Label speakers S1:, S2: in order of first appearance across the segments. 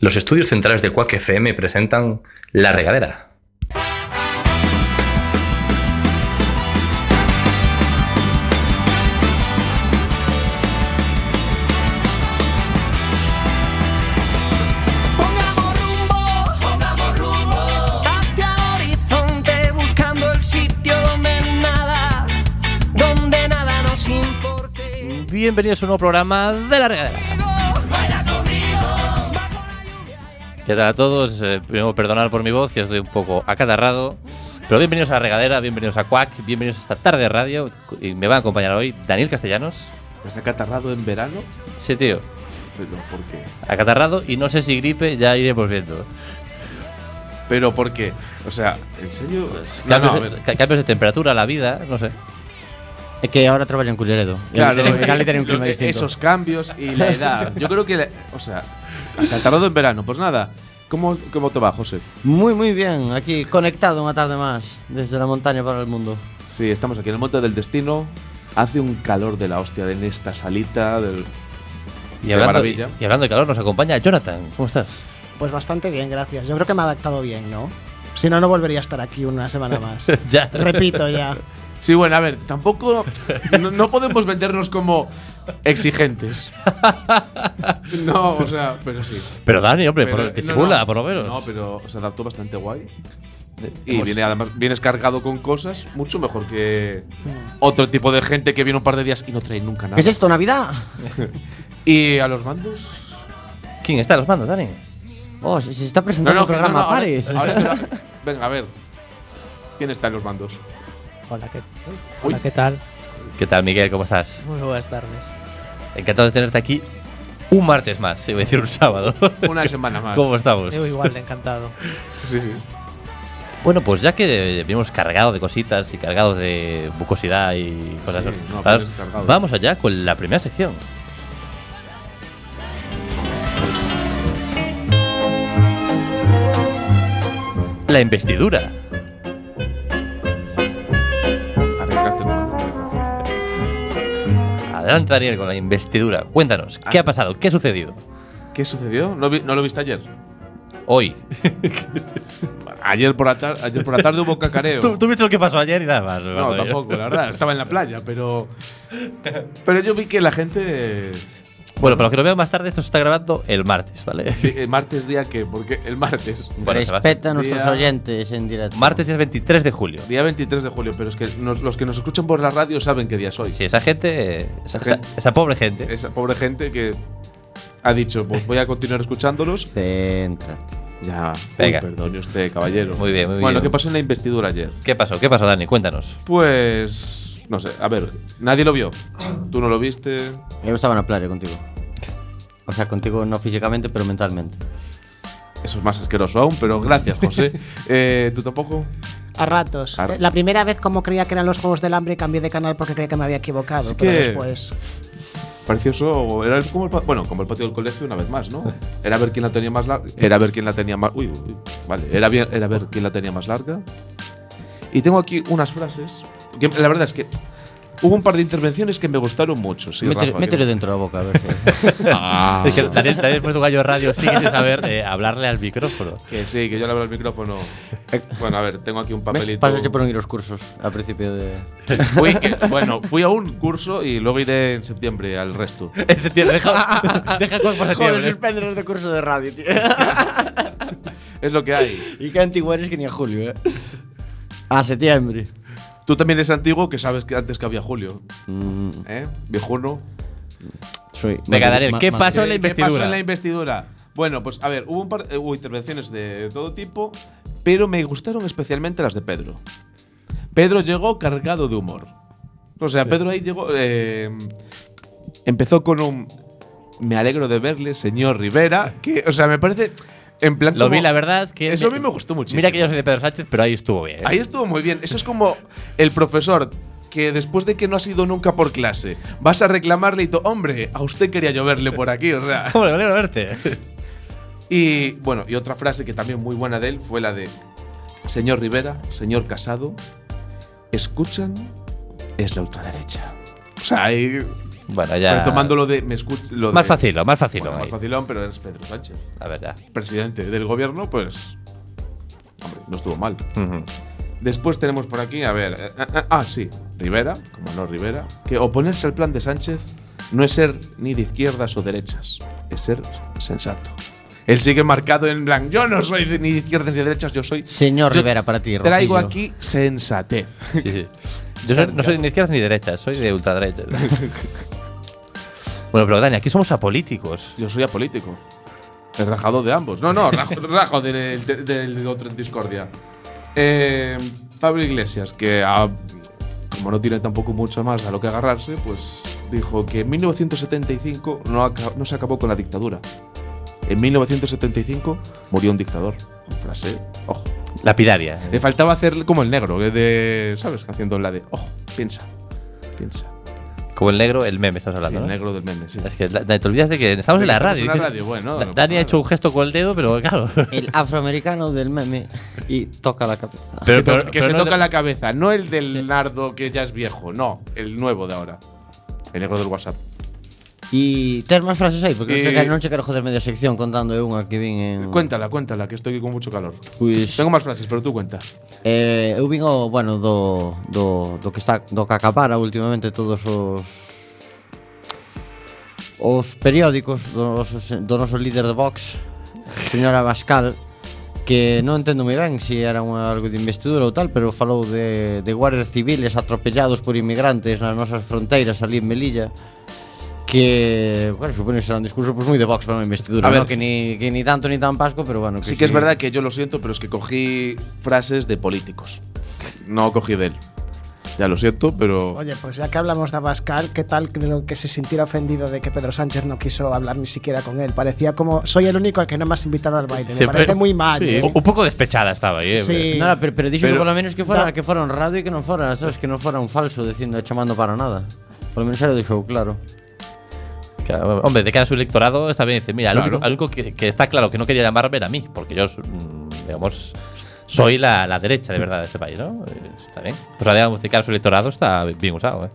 S1: Los estudios centrales de Quack FM presentan La Regadera.
S2: Pongamos rumbo, pongamos rumbo hacia el horizonte buscando el sitio donde nada, donde nada nos importe.
S3: Bienvenidos a un nuevo programa de la regadera.
S2: Baila conmigo, bajo la lluvia.
S3: ¿Qué tal a todos? Eh, primero, perdonar por mi voz, que estoy un poco acatarrado. Pero bienvenidos a la regadera, bienvenidos a Quack, bienvenidos a esta tarde de radio. Y me va a acompañar hoy Daniel Castellanos.
S4: ¿Has acatarrado en verano?
S3: Sí, tío,
S4: Pero ¿por qué?
S3: acatarrado y no sé si gripe, ya iremos viendo.
S4: ¿Pero por qué? O sea, ¿en serio? Es- No, no,
S3: Cambios,
S4: a
S3: de-
S4: ver.
S3: ca- cambios de temperatura, la vida, no sé.
S5: Es que ahora trabaja en Culleredo. Y
S4: Claro,
S5: en Alicante
S4: eh,
S5: tiene un
S4: lo
S5: clima
S4: que-
S5: distinto.
S4: esos cambios y la edad. Yo creo que, la- o sea, acatarrado en verano. Pues nada, ¿cómo, cómo te va, José?
S5: Muy, muy bien. Aquí conectado una tarde más. Desde la montaña para el mundo.
S4: Sí, estamos aquí en el Monte del Destino. Hace un calor de la hostia en esta salita del...
S3: Y
S4: De
S3: hablando,
S4: maravilla.
S3: y hablando de calor, nos acompaña Jonathan. ¿Cómo estás?
S6: Pues bastante bien, gracias. Yo creo que me ha adaptado bien, ¿no? Si no, no volvería a estar aquí una semana más.
S3: Ya.
S6: Repito ya.
S4: Sí, bueno, a ver, tampoco... No, no podemos vendernos como exigentes. No, o sea, pero sí.
S3: Pero Dani, hombre,
S4: Pero,
S3: por-
S4: eh,
S3: disimula,
S4: no, no.
S3: por lo menos. Eh,
S4: No, pero se adaptó bastante guay. Y viene además, vienes cargado con cosas mucho mejor que otro tipo de gente que viene un par de días y no trae nunca nada.
S5: ¿Qué es esto, Navidad?
S4: Y a los mandos.
S3: ¿Quién está a los mandos, Dani?
S5: Oh, se, se está presentando el
S4: que-
S5: programa
S4: ahora-
S5: Pares.
S4: ahora te lo- venga, a ver. ¿Quién está en los mandos?
S7: Hola, ¿qué,
S4: Uy.
S7: hola, ¿qué tal?
S3: ¿Qué tal, Miguel? ¿Cómo estás?
S7: Muy buenas tardes.
S3: Encantado de tenerte aquí un martes más, iba a decir un sábado.
S4: Una semana más.
S3: ¿Cómo estamos?
S7: Yo igual de encantado.
S4: Sí, sí.
S3: Bueno, pues ya que venimos cargados de cositas y cargados de bucosidad y cosas
S4: Sí,
S3: así,
S4: no,
S3: vamos-
S4: pero es cargado.
S3: vamos allá con la primera sección. La investidura.
S4: Arriesgaste con mando.
S3: Adelante Daniel con la investidura. Cuéntanos,
S4: Ah,
S3: ¿qué ha
S4: sí.
S3: pasado? ¿Qué ha sucedido?
S4: ¿Qué sucedió? ¿No, vi- no lo viste ayer?
S3: Hoy.
S4: Ayer por la, tar- ayer por la tarde hubo cacareo.
S3: ¿Tú, tú viste lo que pasó ayer y nada más.
S4: No,
S3: Eduardo.
S4: tampoco, la verdad. Estaba en la playa, pero. Pero yo vi que la gente.
S3: Bueno, para los que lo vean más tarde, esto se está grabando el martes, ¿vale?
S4: El martes día que. Porque el martes.
S3: Bueno, se va.
S5: Respeta a nuestros
S4: Día-
S5: oyentes en directo.
S3: Martes es 23 de julio.
S4: Día 23 de julio, pero es que nos- los que nos escuchan por la radio saben qué día soy.
S3: Sí, esa gente, esa,
S4: Esa
S3: esa-
S4: gente.
S3: esa pobre gente.
S4: Esa pobre gente que ha dicho, pues voy a continuar escuchándolos.
S5: Céntrate.
S4: Ya, uy,
S3: Venga.
S4: perdone usted, caballero.
S3: Muy bien, muy
S4: Bueno,
S3: bien.
S4: ¿qué pasó en la investidura ayer?
S3: ¿Qué pasó? ¿Qué pasó, Dani? Cuéntanos.
S4: Pues. No sé, a ver, nadie lo vio. Tú no lo viste.
S5: Yo estaba en la playa contigo. O sea, contigo no físicamente, pero mentalmente.
S4: Eso es más asqueroso aún, pero gracias, José. Eh, ¿Tú tampoco?
S6: A ratos.
S4: A ra-
S6: La primera vez como creía que eran los Juegos del Hambre cambié de canal porque creía que me había equivocado.
S4: Así
S6: pero
S4: que-
S6: después...
S4: Precioso, era el- como el, pa- bueno, como el patio del colegio una vez más, ¿no? Era ver quién la tenía más larga, era ver quién la tenía más, uy, uy, vale, era, bien- era ver quién la tenía más larga. Y tengo aquí unas frases, que la verdad es que hubo un par de intervenciones que me gustaron mucho, sí,
S5: Mételo-
S4: Rafa,
S5: mételo
S4: que-
S5: dentro de la boca, a ver si.
S4: Ah.
S3: Es que Dani, Dani, después de un gallo de radio, sigue sin saber eh, hablarle al micrófono.
S4: Que sí, que yo le abro el micrófono. Bueno, a ver, tengo aquí un
S5: ¿Ves?
S4: papelito.
S5: Pasaste por un los cursos al principio de.
S4: Fui que- bueno, fui a un curso y luego iré en septiembre al resto.
S3: En septiembre, deja, deja cuerpo a septiembre.
S5: suspéndenos de curso de radio, tío.
S4: Es lo que hay.
S5: y qué antiguo eres que ni a julio, eh. A septiembre.
S4: Tú también eres antiguo que sabes que antes que había Julio,
S5: Mm,
S4: ¿eh? Viejuno.
S5: soy
S3: Venga,
S5: madri-
S3: Daniel,
S5: ma-
S3: ¿qué
S5: madri-
S3: pasó en la
S4: ¿Qué
S3: investidura?
S4: pasó en la investidura? Bueno, pues a ver, hubo, un par- eh, hubo intervenciones de todo tipo, pero me gustaron especialmente las de Pedro. Pedro llegó cargado de humor. O sea, Pedro ahí llegó. eh, empezó con un. Me alegro de verle, señor Rivera. Que, o sea, me parece. En plan.
S3: Lo
S4: como-
S3: vi, la verdad es que.
S4: Eso a mí me gustó muchísimo.
S3: Mira que yo soy de Pedro Sánchez, pero ahí estuvo bien. ¿eh?
S4: Ahí estuvo muy bien. Eso es como el profesor que después de que no has ido nunca por clase, vas a reclamarle y tú, hombre, a usted quería lloverle por aquí, o sea.
S3: Hombre, me alegro de verte.
S4: Y bueno, y otra frase que también muy buena de él fue la de Señor Rivera, señor Casado, escuchan es la ultraderecha. O sea, ahí
S3: Bueno, ya.
S4: Tomando lo de. Me escuch- lo
S3: Más
S4: de-
S3: facilón, más facilón.
S4: Bueno, más
S3: ahí.
S4: facilón, pero es Pedro Sánchez.
S3: La verdad.
S4: Presidente del gobierno, pues. Hombre, no estuvo mal.
S3: Ujú.
S4: Después tenemos por aquí, a ver. eh, eh, eh, ah, sí, Rivera, como no Rivera. Que oponerse al plan de Sánchez no es ser ni de izquierdas o derechas, es ser sensato. Él sigue marcado en blanco. Yo no soy de- ni de izquierdas ni de derechas, yo soy.
S5: Señor
S4: Yo
S5: Rivera, para ti,
S4: Traigo
S5: Rojillo.
S4: aquí sensatez.
S3: Sí, sí. Yo soy- no soy ni izquierdas ni derechas, soy de ultraderecha. bueno, pero Dani, aquí somos apolíticos.
S4: Yo soy apolítico. El rajado de ambos. No, no, rajo, rajo del, del- del otro en discordia. Eh, Pablo Iglesias, que ah, como no tiene tampoco mucho más a lo que agarrarse, pues dijo que en 1975 no, aca- no se acabó con la dictadura. En 1975 murió un dictador. Frase, ojo.
S3: Lapidaria.
S4: Le faltaba hacer como el negro, que de, ¿sabes? Haciendo la de, ojo, piensa, piensa.
S3: Como el negro, el meme, estamos
S4: Sí,
S3: hablando.
S4: el
S3: ¿no?
S4: negro del meme, sí.
S3: Es que da- da- te olvidas de que estamos en la
S4: Estamos
S3: radio.
S4: en la
S3: dices-
S4: radio, bueno,
S3: Da-
S4: no pasa
S3: Dani ha
S4: nada.
S3: hecho un gesto con el dedo, pero claro.
S5: El afroamericano del meme y toca la cabeza.
S3: Pero-
S4: que, to-
S3: pero-
S4: que
S3: pero
S4: se
S3: no
S4: toca
S3: le-
S4: la cabeza, no el del nardo que ya es viejo, no, el nuevo de ahora. El negro del WhatsApp.
S5: E tes máis frases aí, porque non
S4: Eh,
S5: che quero, non che quero joder media sección contando eu unha que vin en
S4: Cuéntala, cuéntala, que estoy con mucho calor.
S5: Pois
S4: Tengo más frases, pero tú cuenta.
S5: eh, eu vin o, bueno, do, do, do que está do que acapara últimamente todos os os periódicos do noso, se- do noso líder de Vox, señora Bascal, que non entendo moi ben se era unha, algo de investidura ou tal, pero falou de, de guardias civiles atropellados por inmigrantes nas nosas fronteiras ali en Melilla que, bueno, supoño que será un discurso pois moi de Vox para unha investidura,
S4: A ver.
S5: no? que, ni, que ni tanto ni tan pasco, pero bueno.
S4: Sí que es verdad que yo lo siento, pero es que cogí frases de políticos. No cogí de él. Ya lo siento, pero.
S6: Oye, pues ya que hablamos de Abascal, ¿qué tal de lo que se sintiera ofendido de que Pedro Sánchez no quiso hablar ni siquiera con él? Parecía como, soy el único al que no me has invitado al baile. Me
S3: Siempre-
S6: parece muy mal.
S3: Sí.
S6: ¿eh?
S3: Un un poco despechada estaba ahí. eh,
S6: Sí.
S5: No, no, pero, pero dixo
S4: Pero-
S5: que polo menos que fora,
S6: Da-
S5: que fora honrado e que non fora, sabes, que non fora un falso dicindo chamando para nada. Polo menos xa lo deixou claro.
S3: pero- claro, hombre, de cara a su electorado está bien. Dice, mira, lo
S4: Claro.
S3: único, al único que, que está claro que no quería llamarme era a mí, porque yo, mm, digamos, soy la, la derecha de verdad de este país, ¿no? Eh, Está bien. Pues la de de cara a su electorado está bien usado, ¿eh?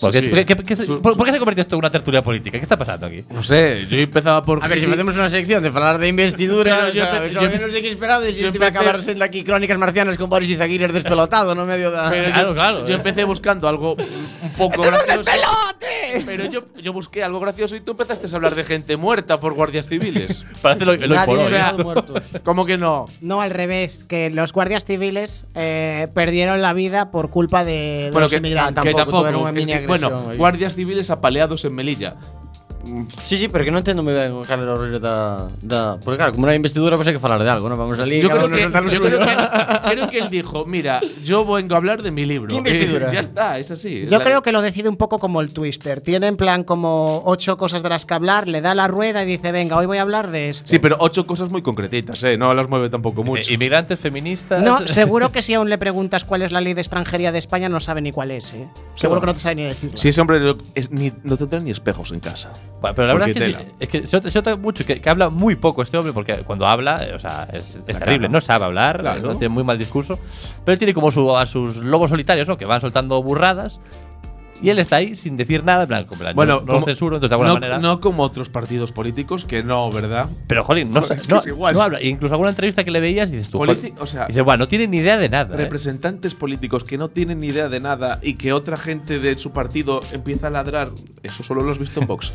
S3: ¿Por qué,
S4: Sí, sí.
S3: qué- qué- qué se-
S4: Su-
S3: por- por qué se ha convertido esto en una tertulia política? ¿Qué está pasando aquí?
S4: No sé, yo empezaba por.
S5: unha sección de falar de investidura,
S4: Pero yo empe- yo empe-
S5: sei que esperades
S4: yo
S5: este
S4: empecé-
S5: sendo aquí crónicas marcianas con Boris Izaguirre despelotado no medio da...
S3: Claro,
S4: Pero Ah, yo,
S3: claro, eh.
S4: yo empecé buscando algo un poco gracioso. Pero yo, yo busqué algo gracioso y tú empezaste a hablar de gente muerta por guardias civiles.
S3: Parece lo, lo hoy por
S5: Nadie
S3: hoy,
S5: nos
S3: ¿eh?
S5: ha muertos.
S4: ¿Cómo que no?
S8: No, al revés, que los guardias civiles eh, perdieron la vida por culpa de, de
S4: Bueno,
S8: los
S4: que,
S8: inmigrantes.
S4: que
S5: Tampoco
S4: tampoco.
S5: tuvieron una mini
S4: eh, bueno,
S5: agresión ahí.
S4: guardias civiles apaleados en Melilla.
S5: Sí, sí, pero que non entendo moi ben o cal era o rollo da, da... Porque claro, como non hai investidura, pois hai que falar de algo, non? Vamos ali...
S4: Yo, creo
S5: cada uno
S4: que,
S5: soltar lo
S4: yo
S5: suyo.
S4: creo, que, creo que él dijo, mira, yo vengo a hablar de mi libro.
S5: ¿Qué investidura?
S4: Y ya está, es así.
S8: Yo
S4: La-
S8: creo que lo decide un poco como el Twister. Tiene en plan como ocho cosas de las que hablar, le da la rueda y dice, venga, hoy voy a hablar de esto.
S4: Sí, pero ocho cosas muy concretitas, ¿eh? No las mueve tampoco mucho.
S3: Eh, Inmigrantes, feministas.
S8: No, seguro que si aún le preguntas cuál es la ley de extranjería de España, no sabe ni cuál es, ¿eh? Seguro que no te sabe ni decirlo.
S4: si ese hombre no, es ni- no tendrá ni espejos en casa.
S3: Bueno, pero la
S4: Porque
S3: verdad es que, sí,
S4: tela.
S3: es que se nota- se nota mucho que, que habla muy poco este hombre, porque cuando habla, eh, o sea, es, es terrible, no sabe hablar,
S4: Claro.
S3: no tiene muy mal discurso, pero él tiene como su- a sus lobos solitarios, ¿no? Que van soltando burradas. Y él está ahí sin decir nada, en plan, como en plan, yo no, lo
S4: como-
S3: censuro, entonces de alguna
S4: no-
S3: manera.
S4: no como otros partidos políticos, que no, ¿verdad?
S3: pero jolín, no,
S4: Joder, es
S3: sa-
S4: que
S3: no-
S4: es igual.
S3: no habla. E Incluso alguna entrevista que le veías y dices tú, joder,
S4: Politi- o sea-
S3: dices, bueno, no tiene ni idea de nada. ¿eh?".
S4: Representantes políticos que no tienen ni idea de nada y que otra gente de su partido empieza a ladrar, eso solo lo has visto en Vox.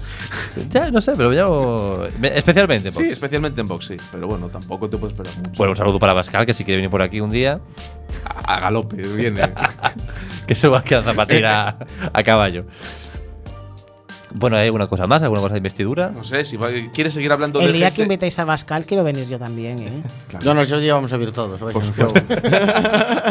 S3: Ya, no sé, pero me llamo. me- Especialmente,
S4: sí,
S3: Vox.
S4: especialmente en Vox, sí. Pero bueno, tampoco te puedes esperar mucho.
S3: Bueno, un saludo para Pascal, que si quiere venir por aquí un día,
S4: a, a galope, viene.
S3: que se va a quedar zapatera a,
S5: Eh,
S3: a caballo. Bueno, ¿hay alguna cosa más? ¿Alguna cosa de investidura?
S4: no sé, si va- quieres seguir hablando
S8: El
S4: de
S8: día
S4: gente-
S8: que invitéis a Bascal, quiero venir yo también, ¿eh?
S5: No, no, xa o llevamos a vir todos, vai, xa, nos quedamos.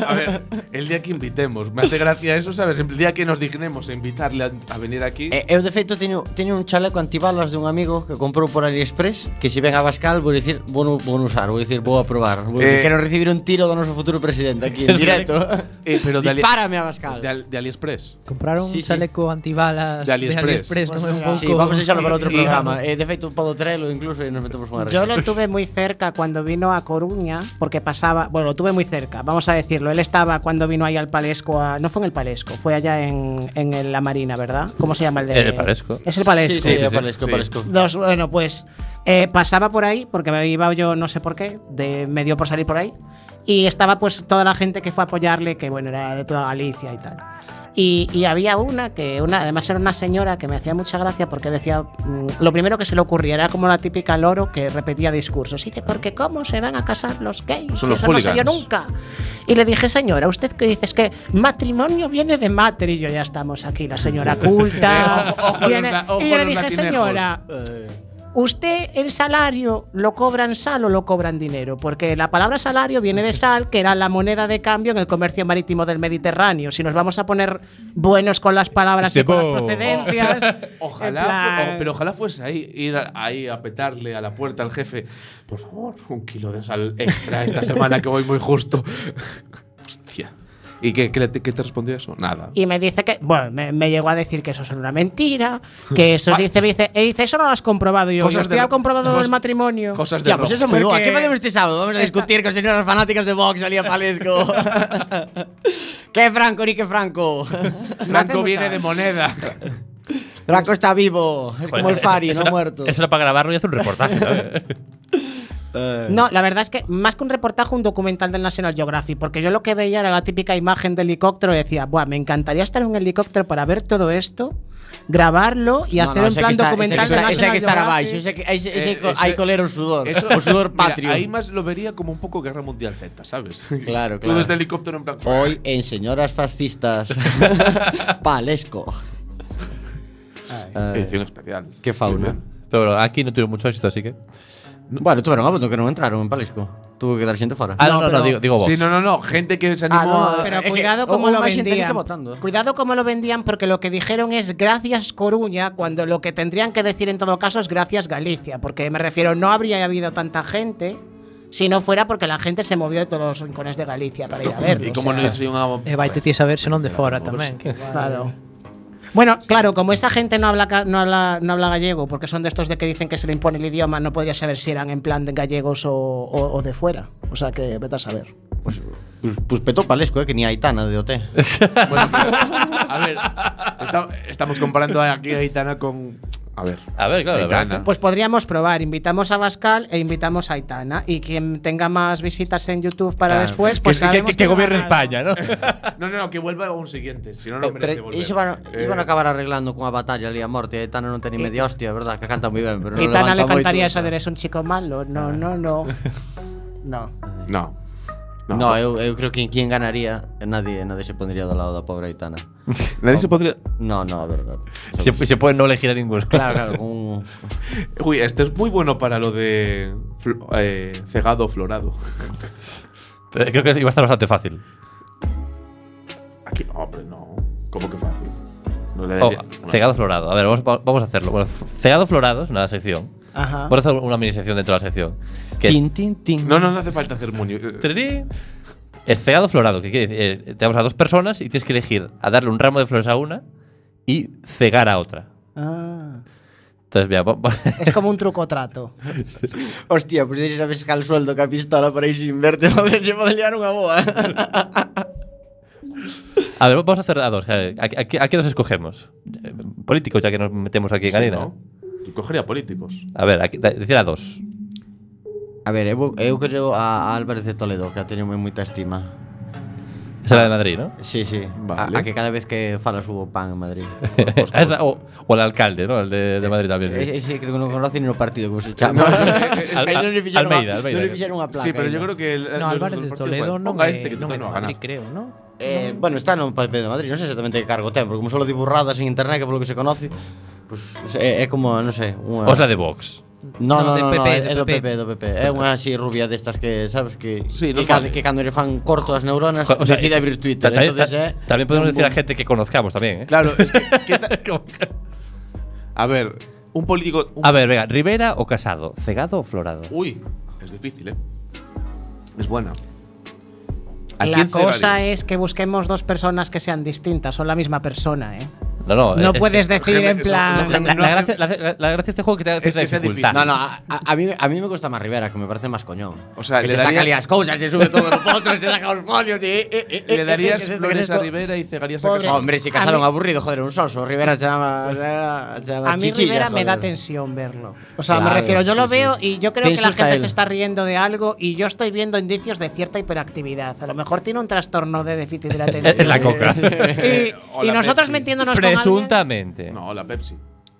S4: A ver, el día que invitemos. Me hace gracia eso, ¿sabes? El día que nos dignemos a invitarle a, a venir aquí.
S8: Eh,
S5: E- Eu de feito teño, teño un chaleco antibalas dun amigo que comprou por AliExpress que se ven a Bascal vou dicir vou, nu- vou nu usar, vou dicir vou aprobar. Vou
S4: Eh,
S5: eh, quero recibir un tiro do noso futuro presidente aquí en directo.
S4: Eh, pero de, Ali-
S5: Dispárame a Bascal.
S4: de Al- de AliExpress.
S7: Comprar un
S5: Sí, sí.
S7: chaleco antibalas
S4: De AliExpress.
S7: no é un pouco.
S5: Sí, vamos a echarlo para outro
S4: Y-
S5: programa. Eh, de feito podo traelo incluso e nos metemos unha
S8: Yo
S5: risa.
S8: lo tuve muy cerca cuando vino a Coruña, porque pasaba, bueno, lo tuve muy cerca, vamos a decirlo, él estaba cuando vino ahí al Palesco. a- no fue en el Palesco, fue allá en, en el- la Marina, ¿verdad? ¿Cómo se llama el de.?
S3: En el Palesco.
S8: Es el Palesco.
S5: Sí,
S3: sí, sí.
S5: aparezco, aparezco.
S8: Dos, bueno, pues eh, pasaba por ahí, porque me iba yo no sé por qué, de, me dio por salir por ahí, y estaba pues toda la gente que fue a apoyarle, que bueno, era de toda Galicia y tal. Y, y había una que, una, además era una señora que me hacía mucha gracia porque decía, mm, lo primero que se le ocurría era como la típica loro que repetía discursos. Y dice, porque ¿cómo se van a casar los gays?
S4: Son los
S8: Eso no se dio
S4: hooligans".
S8: nunca. Y le dije, señora, usted que dices que matrimonio viene de matri, y yo ya estamos aquí, la señora culta.
S4: Ojo- ojo los
S8: Viene-
S4: la- ojo
S8: y yo le
S4: los
S8: dije,
S4: latinejos.
S8: señora, ¿Usted el salario lo cobra en sal o lo cobra en dinero? Porque la palabra salario viene de sal, que era la moneda de cambio en el comercio marítimo del Mediterráneo. Si nos vamos a poner buenos con las palabras
S4: Este
S8: y con las
S3: Tipo-
S8: procedencias.
S4: Ojalá,
S8: en plan-
S4: fue- o- pero ojalá fuese ahí, ir a- ahí a petarle a la puerta al jefe. Por favor, un kilo de sal extra esta semana que voy muy justo. Hostia. ¿Y qué, qué le- qué te respondió eso? Nada.
S8: Y me dice que, bueno, me, me llegó a decir que eso es una mentira, que eso dice, me dice, e dice, eso no lo has comprobado Y yo,
S4: Cosas
S8: yo estoy
S4: de-
S8: ha comprobado
S4: cosas-
S8: el matrimonio.
S4: Cosas de
S5: Ya, pues
S4: rojo.
S5: eso es muy
S8: Porque-
S5: guay. ¿Qué hacemos este sábado? Vamos a discutir con señoras fanáticas de Vox, salía Palesco. ¡Qué Franco, ni qué Franco!
S4: Franco
S8: hacemos
S4: viene
S8: nada.
S4: de moneda.
S5: Franco está vivo,
S3: Joder,
S5: es como el
S3: eso-
S5: Fari,
S3: eso
S5: no ha
S3: era-
S5: muerto.
S3: Eso era para grabarlo y hacer un reportaje. ¿sabes?
S8: No, la verdad es que más que un reportaje, un documental del National Geographic, porque yo lo que veía era la típica imagen del helicóptero y decía, Buah, me encantaría estar en un helicóptero para ver todo esto, grabarlo y
S5: No,
S8: hacer
S5: no,
S8: un
S5: ese
S8: plan
S5: que está-
S8: documental
S5: ese que
S8: del
S5: está- ese
S8: National
S5: que estar abajo,
S8: Geographic.
S5: ese que- ese- ese
S4: Eh,
S5: co-
S4: ese-
S5: hay colero sudor, o sudor
S4: Mira,
S5: patrio.
S4: ahí más lo vería como un poco Guerra Mundial Z, ¿sabes?
S5: Claro,
S4: Tú
S5: claro.
S4: desde helicóptero en plan.
S5: Hoy en Señoras Fascistas, Palesco. Ay,
S4: Edición especial.
S5: qué fauna.
S3: Pero bueno, aquí no tuvo mucho éxito, así que.
S5: Bueno, tuvieron voto que no entraron en Palesco. Tuvo que quedar gente fuera.
S3: Ah, no, no, no,
S8: pero-
S3: digo, digo Vox.
S4: Sí, no, no, no. Gente que se animó
S5: no,
S4: a-
S5: eh,
S8: Pero
S5: Es que
S8: cuidado cómo
S5: hubo
S8: lo
S5: más gente que está
S8: vendían.
S5: votando, eh.
S8: Cuidado cómo lo vendían, porque lo que dijeron es gracias Coruña, cuando lo que tendrían que decir en todo caso es gracias Galicia, porque me refiero, no habría habido tanta gente si no fuera porque la gente se movió de todos los rincones de Galicia para ir a verlo.
S4: Y
S8: o
S4: como
S8: sea.
S4: no hice una.
S7: E vai te ti saber se non de fora tamén. que igual-
S8: Claro. Bueno, claro, como esa gente no habla, ca- no, habla, no habla gallego, porque son de estos de que dicen que se le impone el idioma, no podría saber si eran en plan de gallegos o, o- o de fuera. O sea que vete a saber.
S5: Pues, pues, pues petó Palesco, eh, que ni Aitana de OT.
S4: Bueno, pero- a ver, esta- estamos comparando aquí a Aitana con. A ver.
S3: A ver, claro, la verdad.
S4: Aitana.
S8: Pues podríamos probar, invitamos a Bascal e invitamos a Aitana. Y quien tenga más visitas en YouTube para
S5: Claro.
S8: después, pues
S3: que,
S8: sabemos
S3: que- que
S8: lo ha
S3: gobierne
S8: ganado.
S3: España, ¿no?
S4: No, no, no, que vuelva a un siguiente. Si no, no
S5: Pero,
S4: merece
S5: pero
S4: volver.
S5: iso van,
S4: Eh,
S5: iban a acabar arreglando cunha batalla ali a morte e Aitana non ten ni media hostia, é verdad, que canta moi ben pero non
S8: Eh. Aitana le
S5: levanta moito.
S8: cantaría eso de eres un chico malo. No, no, no. No.
S4: No.
S5: No, eh. eu, eu creo que quen ganaría nadie, nadie se pondría do lado da pobre Aitana
S4: Nadie se podría.
S5: No, no, é verdad
S3: se, se puede no elegir a ninguno.
S5: Claro, claro, con un...
S4: Uy, este es muy bueno para lo de. fl- eh, cegado o florado.
S3: Pero creo que iba a estar bastante fácil.
S4: Aquí, hombre, no. ¿Cómo que fácil? No le
S3: Oh,
S4: daría-
S3: cegado florado. A ver, vamos, va- vamos a hacerlo. Bueno, f- cegado florado es una sección.
S8: Ajá.
S3: Vamos a hacer una mini sección dentro de la sección. Que
S5: Tin, tin, tin
S4: No, no, no hace falta hacer eh, muñe.
S3: Trirín. El cegado florado, que quiere decir, eh, tenemos a dos personas y tienes que elegir a darle un ramo de flores a una y cegar a otra.
S8: Ah.
S3: Entonces, mira, va- va-
S8: Es como un truco trato.
S5: Hostia, pois pues, sabes cal sueldo que a pistola para aí sin verte Poderlle pode liar unha boa
S3: a ver, vamos a hacer a dos. A, ver, ¿a- a qué- a qué dos escogemos? Eh, Políticos, ya que nos metemos aquí en
S4: Sí,
S3: arena.
S4: ¿no? Yo cogería políticos.
S3: A ver, aquí- da- decir a dos.
S5: A ver, eu, eu creo a, a Álvarez de Toledo que a teño moi moita estima
S3: Esa es la de Madrid, ¿no?
S5: Sí, sí,
S4: Vale.
S5: a, a que cada vez que fala subo pan en Madrid
S4: Pues
S3: A esa- o, o el alcalde, ¿no? El de, de Madrid también. sí.
S5: Ese ese Eh, creo que non conoce ni no partido como se chama. Aí non lle fixeron
S3: Almeida,
S5: a-
S3: Almeida,
S5: Non lle
S3: que-
S5: fixeron unha placa.
S4: Sí, pero yo
S5: ainda.
S4: creo que. el-
S7: No,
S4: los
S7: Álvarez
S4: del
S7: de
S4: partido
S7: Toledo
S4: fue,
S7: non
S4: Ponga
S7: é,
S4: este que
S7: non é
S4: total no va a
S7: Madrid,
S4: ganar.
S7: creo, non?
S5: Eh, bueno, está no papel de Madrid, non sei exactamente que cargo ten, porque como solo di burradas en internet que polo que se conoce, pues, é, é como, non sei, unha...
S3: O es la de Vox.
S5: no,
S7: no,
S5: no,
S7: de
S5: no, no,
S7: PP,
S5: é
S7: de
S5: é do
S7: PP.
S5: PP, é do PP. É unha así rubia destas que, sabes, que
S4: Sí, nos
S5: que, ca,
S4: vale.
S5: que cando lle fan corto as neuronas,
S3: O sea, eh,
S5: decide abrir Twitter,
S3: ta- ta-
S5: entonces eh,
S3: ta-
S5: é
S3: también podemos decir a gente que conozcamos también, ¿eh?
S4: Claro, es que. ¿qué ta- A ver, un político. un-
S3: A ver, venga, Rivera o Casado, cegado o florado.
S4: Uy, es difícil, ¿eh? Es buena.
S8: La cosa
S4: es.
S8: es que busquemos dos personas que sean distintas, son la misma persona, ¿eh?
S3: No, no.
S8: No
S3: eh,
S8: puedes decir
S4: Jefe,
S8: en
S4: eso,
S8: plan.
S3: La, la-
S4: No
S3: la
S4: hace-
S3: gracia, la, la- la gracia de este juego que te da
S4: Es que
S3: cierta
S4: sea
S3: dificultad.
S4: difícil.
S5: No, no, a, a- a mí, a mí me gusta más Rivera, que me parece más coñón.
S4: O sea,
S5: que
S4: le
S5: te saca
S4: daría-
S5: las cosas, se sube todos los potros, se saca los folios y... eh, eh, eh,
S4: Le
S5: eh,
S4: darías
S5: ¿qué es esto, qué es
S4: flores a
S5: esto?
S4: Rivera y cegarías a
S8: Pobre.
S4: Casado.
S5: Hombre, si
S8: A
S5: casaron
S8: mí-
S5: aburrido, joder, un soso. Rivera se llama... se llama- se llama
S8: A mí
S5: chichilla,
S8: Rivera me da
S5: joder.
S8: tensión verlo. O sea, me
S5: Claro,
S8: refiero, yo lo
S5: sí,
S8: veo
S5: sí.
S8: y yo creo
S5: Te
S8: que la
S5: insulta
S8: gente
S5: él.
S8: se está riendo de algo y yo estoy viendo indicios de cierta hiperactividad. A lo mejor tiene un trastorno de déficit de la atención.
S3: Es la coca.
S8: Y,
S4: O
S8: y
S4: la
S8: nosotros
S4: Pepsi.
S8: metiéndonos con alguien-
S3: Presuntamente.
S4: No, la Pepsi.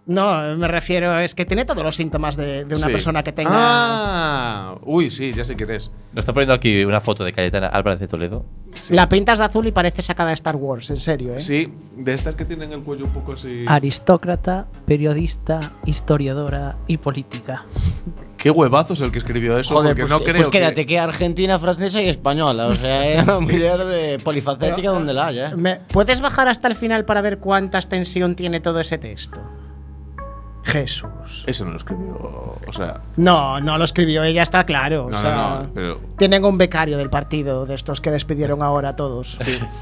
S8: No, me refiero, es que tiene todos los síntomas de, de una
S4: Sí.
S8: persona que tenga.
S4: Ah, uy, sí, ya sé quién es.
S3: Nos está poniendo aquí una foto de Cayetana Álvarez de Toledo.
S8: La pintas de azul y parece sacada de Star Wars, en serio, ¿eh?
S4: Sí, de estas que tienen el cuello un poco así.
S3: Ah,
S7: Aristócrata, periodista, historiadora y política.
S4: Qué huevazos el que escribió eso,
S5: Joder,
S4: porque
S5: pues,
S4: no
S5: que-
S4: creo
S5: pues quédate
S4: que...
S5: que... argentina, francesa y española. O sea, es una mujer de polifacética
S6: Pero,
S5: donde la haya. ¿eh?
S8: Me- ¿Puedes bajar hasta el final para ver cuánta extensión tiene todo ese texto? Jesús.
S4: Eso no lo escribió, o sea...
S8: No, no lo escribió ella, está claro. o
S4: No,
S8: sea,
S4: no, no, pero...
S8: Tienen un becario del partido, de estos que despidieron ahora a todos. Haciendo-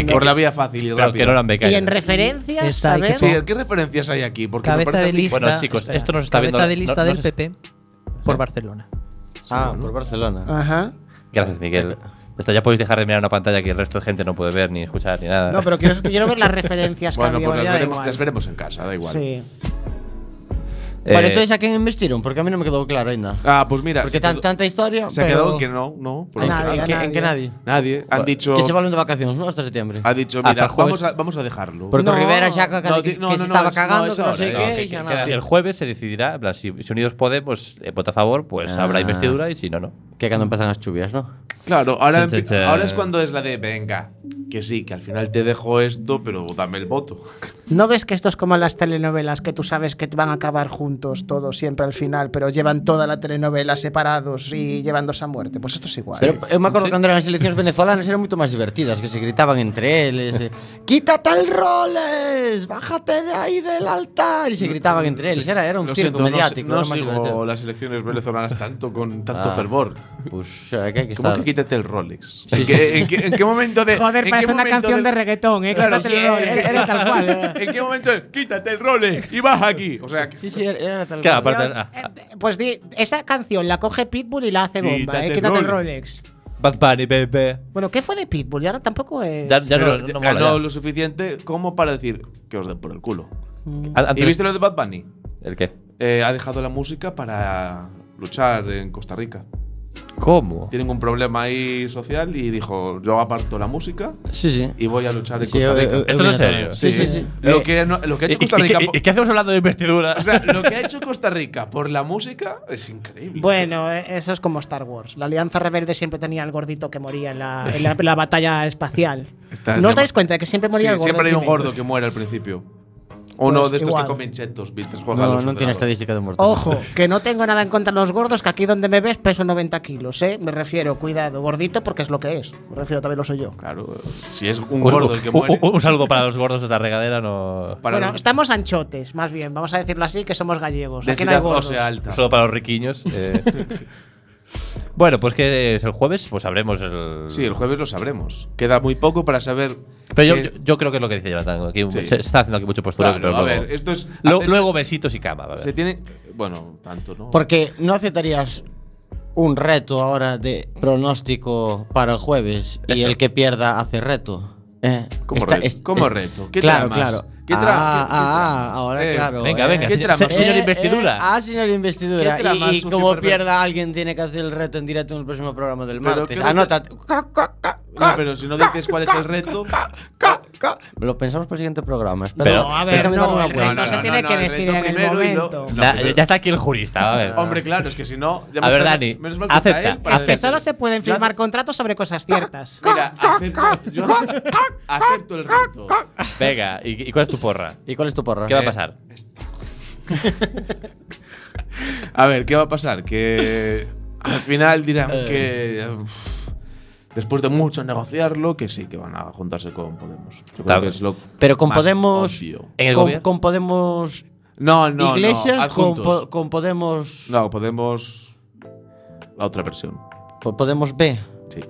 S3: Sí, que-
S4: Por la vía fácil y
S3: Pero que
S4: rápida.
S3: no la han becado.
S8: Y en referencias,
S7: Está, y que
S8: ¿sabes?
S4: Sí, ¿qué referencias hay aquí? Porque me
S7: Cabeza
S4: parece
S7: de
S4: a mí-
S7: lista.
S3: Bueno, chicos, esto nos está
S7: cabeza
S3: viendo-
S7: de
S3: no-
S7: lista
S3: no
S7: del
S3: sé-
S7: PP por Barcelona.
S5: Ah,
S4: pues
S5: por Barcelona.
S8: Ajá.
S3: Gracias, Miguel. Esto ya podéis dejar de mirar una pantalla que el resto de gente no puede ver, ni escuchar, ni nada.
S8: No, pero quiero, quiero ver las referencias que
S4: Bueno,
S8: había,
S4: pues
S8: ya
S4: las
S8: da
S4: veremos,
S8: igual.
S4: las veremos en casa, da igual.
S8: Sí.
S3: Eh,
S5: Vale, entonces ¿a quién investiron? Porque a mí no me quedó claro ainda.
S4: Ah, pues mira,
S5: Porque
S4: se
S5: tan-
S4: quedó-
S5: tanta historia,
S4: se ha
S5: pero-
S4: quedado que no, no. por
S5: ¿En,
S4: lo
S8: Nadie,
S5: en
S4: que-
S5: que,
S8: nadie.
S5: en que nadie?
S4: Nadie. Han
S3: Bueno,
S4: dicho...
S5: Que se valen de vacaciones, ¿no? Hasta septiembre.
S4: Ha dicho,
S3: Hasta
S4: mira,
S3: jueves-
S4: vamos a, vamos a dejarlo.
S5: Porque
S8: No.
S5: Rivera ya caca
S4: No,
S5: que,
S4: di- no,
S5: que
S4: no,
S5: se
S4: no,
S5: estaba
S4: es- no,
S5: cagando,
S4: es
S5: que no sé
S4: ahora,
S5: qué.
S4: no, que-
S5: y ya
S4: que-
S5: nada.
S3: que el jueves se decidirá, en plan, si, si Unidos Podemos eh, vota a favor, pues
S5: Ah.
S3: habrá investidura y si no, no.
S5: Que cuando empiezan las lluvias, ¿no?
S4: Claro, ahora,
S3: Cha, cha,
S4: empi-
S3: cha.
S4: ahora es cuando es la de, venga, que sí, que al final te dejo esto, pero dame el voto.
S8: ¿No ves que esto es como las telenovelas que tú sabes que van a acabar juntos todos siempre al final, pero llevan toda la telenovela separados y llevándose a muerte? Pues esto es igual.
S5: Pero eu me acordo cando eran as seleccións venezolanas eran moito máis divertidas, que se gritaban entre eles, eh, quítate el roles, bájate de aí del altar, e se gritaban entre eles, era era un
S4: Lo siento,
S5: circo
S4: no si-
S5: mediático,
S4: no
S5: era máis
S4: sigo
S5: divertido.
S4: las elecciones venezolanas tanto con tanto
S5: Ah.
S4: fervor.
S5: Pois, xa, que hai que
S4: ¿Cómo
S5: estar.
S4: que quítate el Rolex? ¿En,
S5: Sí,
S4: qué, en qué- en qué momento de.
S8: Joder,
S4: en qué
S8: parece una
S4: momento
S8: canción de reggaetón, ¿eh?
S4: Claro,
S8: Quítate el
S4: sí,
S8: Rolex.
S4: es-
S8: Era tal cual. ¿eh?
S4: ¿En qué momento de, Quítate el Rolex y baja aquí. O sea, que-
S5: Sí, sí, era, era tal
S3: Claro,
S5: cual.
S3: aparte,
S8: Dios,
S3: ah, ah,
S8: eh, pues di- esa canción la coge Pitbull y la hace bomba,
S4: Quítate
S8: ¿eh?
S4: el
S8: Quítate el
S4: Rolex.
S8: Rolex.
S3: Bad Bunny, bebé.
S8: Bueno, ¿qué fue de Pitbull? Y ahora tampoco es.
S3: Ya, ya
S4: pero
S3: no, no mola,
S4: ganó
S3: ya.
S4: lo suficiente como para decir que os den por el culo.
S3: An-
S4: ¿Y
S3: antes-
S4: viste lo de Bad Bunny?
S3: ¿El qué?
S4: Eh, ha dejado la música para luchar en Costa Rica.
S3: ¿Cómo?
S4: Tienen un problema ahí social y dijo: Yo aparto la música
S5: Sí, sí.
S4: y voy a luchar en
S5: Sí,
S4: Costa
S5: eu-
S4: Rica.
S5: eu-
S3: Esto
S5: eu
S3: no es
S5: vi na
S3: serio.
S5: tele. Sí, sí, sí. Eh,
S4: Lo, que, no- lo que ha
S3: ¿Y,
S4: hecho
S3: y-
S4: Costa
S3: y-
S4: Rica.
S3: y-
S4: po-
S3: y qué hacemos hablando de investidura?
S4: O sea, lo que ha hecho Costa Rica por la música es increíble.
S8: Bueno, eh, eso es como Star Wars. La Alianza Rebelde siempre tenía al gordito que moría en la, en la- la batalla espacial.
S4: Está-
S8: ¿No os dais cuenta de que siempre moría
S4: Sí,
S8: el gordo?
S4: siempre hay un
S8: primero?
S4: gordo que muere al principio. Uno
S8: Pues
S4: de estos
S8: igual.
S4: que comen chetos mientras juega a
S5: No,
S4: los
S5: non tiene
S4: ordenadores.
S5: estadística de muertos.
S8: Ojo, que no tengo nada en contra de los gordos, que aquí donde me ves peso 90 kilos, ¿eh? Me refiero, cuidado, gordito, porque es lo que es. Me refiero, también lo soy yo.
S4: Claro, eh, si es un
S3: Un,
S4: gordo el que
S3: un-
S4: muere.
S3: un- un saludo para los gordos de la regadera, no.
S4: para
S8: bueno,
S4: los-
S8: estamos anchotes, más bien, vamos a decirlo así, que somos gallegos. Aquí no hay
S4: densidad
S8: gordos.
S4: ósea alta.
S3: Solo para los riquiños. eh. bueno, pues que es el jueves, pues sabremos el.
S4: Sí, el jueves lo sabremos. Queda muy poco para saber.
S3: Pero yo,
S4: qué-
S3: yo- yo creo que es lo que dice Jonathan. Aquí un-
S4: Sí.
S3: Se está haciendo aquí mucho postureo.
S4: Claro,
S3: pero
S4: a
S3: luego,
S4: ver, esto es.
S3: Lo-
S4: hacer-
S3: luego besitos y cama. va a ver.
S4: se tiene. Bueno, tanto, ¿no?
S5: Porque no aceptarías un reto ahora de pronóstico para el jueves y
S3: Eso.
S5: el que pierda hace reto. Eh,
S4: ¿Cómo
S5: está-
S4: reto?
S5: es-
S4: ¿Cómo
S5: eh,
S4: reto? ¿Qué
S5: claro,
S4: tramas?
S5: claro.
S4: ¿Qué tra-
S5: ah,
S4: qué- qué
S5: ah,
S4: tramas?
S5: ahora
S4: Eh,
S5: claro.
S3: venga,
S5: eh.
S3: venga,
S4: ¿Qué
S3: señor,
S4: trama?
S3: se- señor
S5: Eh,
S3: investidura.
S5: eh, ah, señor investidura.
S4: ¿Qué
S5: Y-
S4: trama,
S5: Y,
S4: sucio
S5: como
S4: perverso?
S5: pierda alguien tiene que hacer el reto en directo en el próximo programa del
S4: Pero
S5: martes.
S4: creo que-
S5: Anota.
S4: No, pero si no dices cuál es el reto.
S5: Lo pensamos para el siguiente programa. espera.
S3: Pero-
S8: No, a ver,
S5: Déjame darle
S8: no,
S5: una
S8: el
S5: vuelta.
S8: reto se tiene que
S4: el
S8: decir
S4: reto
S8: en el
S4: primero y lo-
S8: momento.
S4: No,
S3: Ya-
S4: pero-
S3: ya está aquí el jurista. A ver.
S4: Hombre, claro, es que si no. ya
S3: A ver,
S4: me-
S3: Dani,
S4: menos mal que está
S3: acepta,
S4: él para
S3: acepta.
S8: Que solo
S4: decirlo.
S8: se pueden
S4: Yo
S8: firmar contratos sobre cosas ciertas.
S4: Mira, acepto, yo acepto el reto.
S3: Venga, ¿y, y cuál es tu porra?
S5: ¿Y cuál es tu porra?
S3: ¿Qué
S4: Eh,
S3: va a pasar?
S4: A ver, ¿qué va a pasar? Que al final dirán
S5: Eh.
S4: que. uf, después de mucho negociarlo, que sí, que van a juntarse con Podemos. Yo creo
S3: Claro.
S4: que es lo
S5: Eh, Pero con
S4: más
S5: Podemos.
S4: obvio.
S3: ¿En el
S5: con,
S3: gobierno?
S5: con Podemos.
S4: No, no.
S5: Iglesias.
S4: no,
S5: con,
S4: adjuntos.
S5: po- con Podemos.
S4: No, Podemos. La otra versión.
S5: po- Podemos B.
S4: Sí.